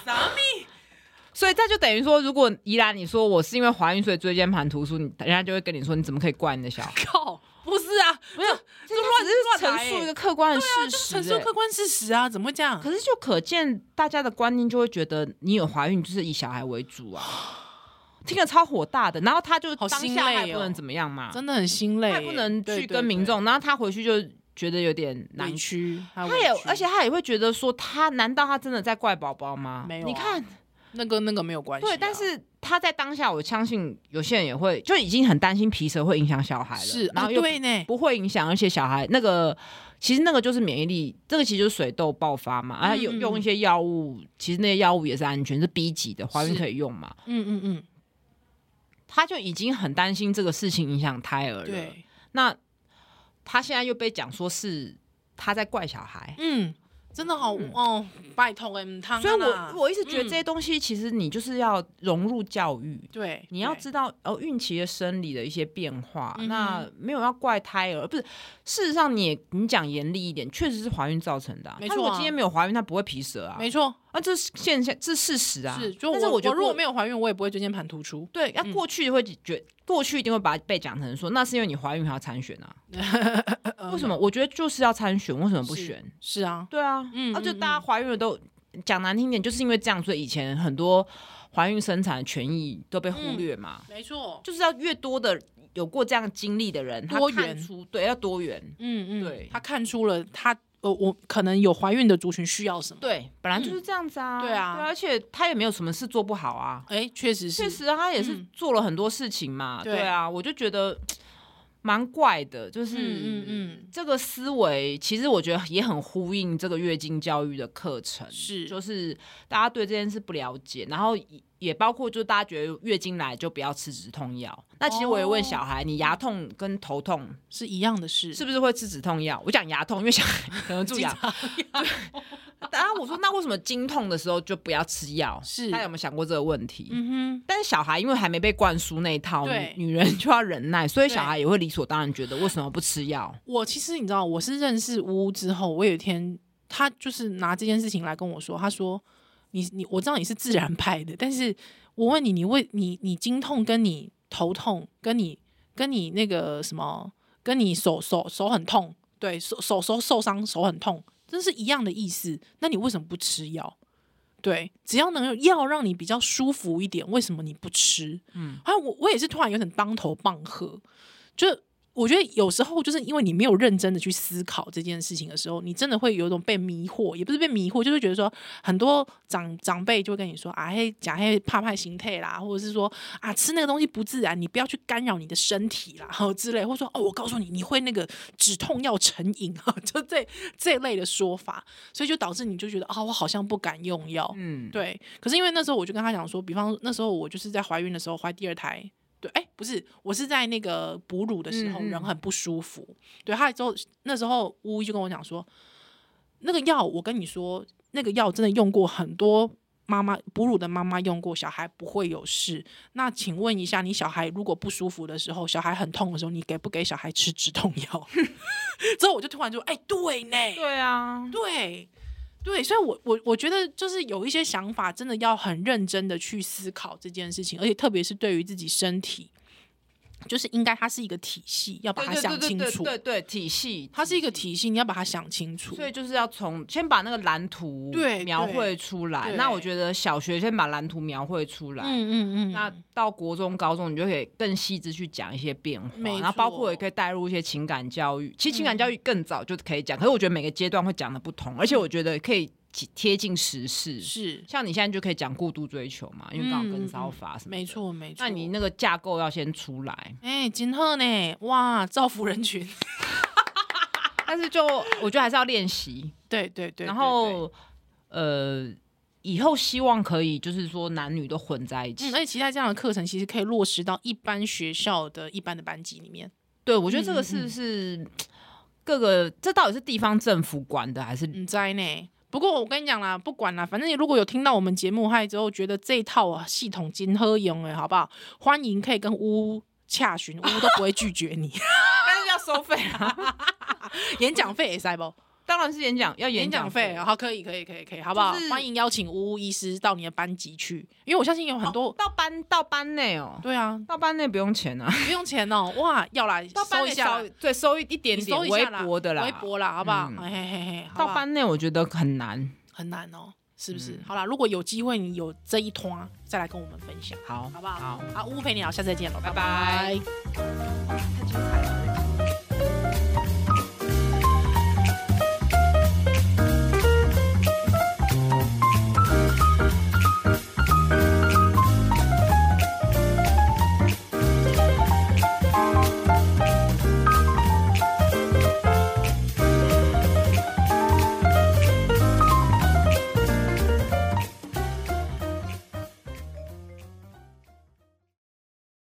Speaker 2: 傻蜜，
Speaker 1: 所以这就等于说，如果宜兰你说我是因为怀孕所以椎间盘突出，你人家就会跟你说你怎么可以怪你的小孩？
Speaker 2: 靠，不是啊，
Speaker 1: 没有，这只是
Speaker 2: 乱来
Speaker 1: 陈
Speaker 2: 欸
Speaker 1: 述一个客观的事
Speaker 2: 就是
Speaker 1: 实、
Speaker 2: 陈述
Speaker 1: 欸
Speaker 2: 客观事实啊，怎么会这样？
Speaker 1: 可是就可见大家的观念就会觉得你有怀孕就是以小孩为主 啊，听了超火大的。然后他就
Speaker 2: 好
Speaker 1: 当
Speaker 2: 心
Speaker 1: 下
Speaker 2: 累
Speaker 1: 他也不
Speaker 2: 哦
Speaker 1: 能怎么样嘛，
Speaker 2: 真的很心累耶，
Speaker 1: 他也不能
Speaker 2: 对
Speaker 1: 去跟民众，然后他回去就觉得有点
Speaker 2: 对对
Speaker 1: 难
Speaker 2: 委。屈，他
Speaker 1: 他
Speaker 2: 委
Speaker 1: 也
Speaker 2: 屈
Speaker 1: 而且他也会觉得说他难道他真的在怪宝宝吗？
Speaker 2: 没有啊
Speaker 1: 你看
Speaker 2: 那跟那个没有关系啊，
Speaker 1: 对，但是他在当下，我相信有些人也会就已经很担心皮蛇会影响小孩了，
Speaker 2: 是
Speaker 1: 然
Speaker 2: 啊，
Speaker 1: 后又
Speaker 2: 对呢，
Speaker 1: 不会影响，而且小孩那个其实那个就是免疫力，这个其实就是水痘爆发嘛，啊
Speaker 2: 嗯
Speaker 1: 用
Speaker 2: 嗯
Speaker 1: 用一些药物，其实那些药物也是安全，是 B 级的，怀孕
Speaker 2: 是
Speaker 1: 可以用嘛。
Speaker 2: 嗯嗯嗯，
Speaker 1: 他就已经很担心这个事情影响胎儿了，
Speaker 2: 对，
Speaker 1: 那他现在又被讲说是他在怪小孩，
Speaker 2: 嗯，真的好哦，拜托哎，唔汤
Speaker 1: 所以
Speaker 2: 啊啦，
Speaker 1: 我我一直觉得这些
Speaker 2: 嗯
Speaker 1: 东西其实你就是要融入教育。
Speaker 2: 对，
Speaker 1: 你要
Speaker 2: 对
Speaker 1: 知道哦，孕期的生理的一些变化，
Speaker 2: 嗯哼
Speaker 1: 那没有要怪胎儿，不是。事实上你，也你讲严厉一点，确实是怀孕造成的、啊。
Speaker 2: 没
Speaker 1: 她如
Speaker 2: 错
Speaker 1: 果
Speaker 2: 啊
Speaker 1: 今天没有怀孕，她不会皮蛇啊。
Speaker 2: 没错，
Speaker 1: 啊，这是现象，这是事实啊。
Speaker 2: 是，就
Speaker 1: 但是
Speaker 2: 我
Speaker 1: 觉得
Speaker 2: 如果
Speaker 1: 过
Speaker 2: 没有怀孕，我也不会椎间盘突出，
Speaker 1: 对，那、
Speaker 2: 嗯
Speaker 1: 过去会觉，过去一定会把它被讲成说，那是因为你怀孕还要参选 啊？为什么？我觉得就是要参选，为什么不
Speaker 2: 嗯是
Speaker 1: 选？
Speaker 2: 是啊，
Speaker 1: 对啊，
Speaker 2: 嗯
Speaker 1: 而且
Speaker 2: 嗯
Speaker 1: 大家怀孕了都讲难听点，就是因为这样，所以以前很多怀孕生产的权益都被忽
Speaker 2: 嗯
Speaker 1: 略嘛。
Speaker 2: 没错，
Speaker 1: 就是要越多的有过这样经历的人，他
Speaker 2: 多
Speaker 1: 看
Speaker 2: 元
Speaker 1: 出对要多元。
Speaker 2: 嗯嗯，
Speaker 1: 对
Speaker 2: 他看出了他呃，我可能有怀孕的族群需要什么，，
Speaker 1: 对，本来就是这样子啊。
Speaker 2: 嗯对啊
Speaker 1: 而且他也没有什么事做不好啊。
Speaker 2: 哎，确实是，
Speaker 1: 确实啊，他也是
Speaker 2: 嗯
Speaker 1: 做了很多事情嘛。
Speaker 2: 对
Speaker 1: 对啊，我就觉得蛮怪的，就是
Speaker 2: 嗯嗯嗯，
Speaker 1: 这个思维，其实我觉得也很呼应这个月经教育的课程，
Speaker 2: 是
Speaker 1: 就是大家对这件事不了解，然后也也包括就是大家觉得月经来就不要吃止痛药。那其实我也问
Speaker 2: 哦
Speaker 1: 小孩，你牙痛跟头痛
Speaker 2: 是一样的事，
Speaker 1: 是不是会吃止痛药？我讲牙痛，因为小孩可 能蛀牙。 然后我说，那为什么经痛的时候就不要吃药？
Speaker 2: 是
Speaker 1: 大家有没有想过这个问题？
Speaker 2: 嗯
Speaker 1: 但是小孩因为还没被灌输那一套，
Speaker 2: 对
Speaker 1: 女女人就要忍耐，所以
Speaker 2: 对
Speaker 1: 小孩也会理所当然觉得为什么不吃药
Speaker 2: 哼，？我其实你知道，我是认识呜呜之后，我有一天他就是拿这件事情来跟我说，他说你你我知道你是自然派的，但是我问你，你为你你经痛跟你头痛跟你跟你那个什么跟你手手手很痛，对手手手受伤手很痛，真是一样的意思，那你为什么不吃药？对，只要能有药让你比较舒服一点，为什么你不吃？
Speaker 1: 嗯
Speaker 2: 嗯，还有我我也是突然有点当头棒喝，就我觉得有时候就是因为你没有认真的去思考这件事情的时候，你真的会有一种被迷惑，也不是被迷惑，就是觉得说很多长长辈就会跟你说啊，嘿，假嘿怕怕心态啦，或者是说啊吃那个东西不自然，你不要去干扰你的身体啦， 然后之类，或者说哦，我告诉你，你会那个止痛药成瘾 啊，就这这类的说法，所以就导致你就觉得啊，我好像不敢用药，
Speaker 1: 嗯，
Speaker 2: 对，可是因为那时候我就跟他讲说，比方那时候我就是在怀孕的时候怀第二胎，对，哎、不是，我是在那个哺乳的时候
Speaker 1: 嗯嗯
Speaker 2: 人很不舒服，对，他之后那时候乌一就跟我讲说，那个药我跟你说，那个药真的用过很多。妈妈哺乳的妈妈用过，小孩不会有事。那请问一下，你小孩如果不舒服的时候，小孩很痛的时候，你给不给小孩吃止痛药？ 之后我就突然就，哎、对呢，
Speaker 1: 对啊，
Speaker 2: 对对，所以我我我觉得就是有一些想法，真的要很认真的去思考这件事情，而且特别是对于自己身体，就是应该它是一个体系，要把它
Speaker 1: 对对
Speaker 2: 想
Speaker 1: 对
Speaker 2: 清
Speaker 1: 对
Speaker 2: 楚
Speaker 1: 对。对对体系，
Speaker 2: 它是一个体系，你要把它想清楚。
Speaker 1: 所以就是要从先把那个蓝图
Speaker 2: 对
Speaker 1: 描绘出来。
Speaker 2: 对
Speaker 1: 那我觉得小学先把蓝图描绘出来，
Speaker 2: 嗯嗯嗯，
Speaker 1: 那到国中、高中，你就可以更细致去讲一些变化
Speaker 2: 没，
Speaker 1: 然后包括
Speaker 2: 错嗯
Speaker 1: 也可以带入一些情感教育。其实情感教育更早就可以讲，可是我觉得每个阶段会讲的不同，而且我觉得可以贴贴近时事。
Speaker 2: 嗯是嗯
Speaker 1: 像你现在就可以讲过度追求嘛，因为刚好跟骚法什么的
Speaker 2: 没。错没错。
Speaker 1: 那你那个架构要先出来，
Speaker 2: 哎，金鹤呢？哇，造福人群。
Speaker 1: 但是就我觉得还是要练习。
Speaker 2: 对对对。
Speaker 1: 然
Speaker 2: 对对
Speaker 1: 后呃，以后希望可以就是说男女都混在一起。
Speaker 2: 嗯，而且期待这样的课程其实可以落实到一般学校的一般的班级里面。
Speaker 1: 对，我觉得这个
Speaker 2: 嗯嗯
Speaker 1: 是
Speaker 2: 嗯
Speaker 1: 是各个这到底是地方政府管的还是
Speaker 2: 嗯，在呢。不过我跟你讲啦，不管啦，反正你如果有听到我们节目嗨之后，觉得这一套啊系统金喝用哎，好不好？欢迎可以跟乌洽询，乌都不会拒 绝你。
Speaker 1: 但是要收费啊，
Speaker 2: 演讲费也塞不？
Speaker 1: 当然是演讲要
Speaker 2: 演
Speaker 1: 讲哦
Speaker 2: 讲费，好，可以，可以，可以，可以，好不好？
Speaker 1: 就是
Speaker 2: 欢迎邀请乌医师到你的班级去，因为我相信有很多，
Speaker 1: 哦到班到班内哦，
Speaker 2: 对啊，
Speaker 1: 到班内不用钱啊，
Speaker 2: 不用钱哦，哇，要来
Speaker 1: 到班
Speaker 2: 收一
Speaker 1: 内
Speaker 2: 下
Speaker 1: 稍
Speaker 2: 啦，
Speaker 1: 对收一一点
Speaker 2: 你
Speaker 1: 点
Speaker 2: 收一
Speaker 1: 微
Speaker 2: 下啦，
Speaker 1: 薄的啦，
Speaker 2: 微薄啦，好不好？
Speaker 1: 嗯
Speaker 2: 嘿嘿嘿嘿，好不
Speaker 1: 到
Speaker 2: 好
Speaker 1: 班内我觉得很难。
Speaker 2: 很难哦，是不是？
Speaker 1: 嗯
Speaker 2: 好啦，如果有机会你有这一团，再来跟我们分享。
Speaker 1: 好，
Speaker 2: 好不好？
Speaker 1: 好，
Speaker 2: 好，乌陪你聊，下次再见了，
Speaker 1: 拜拜
Speaker 2: 太精彩了。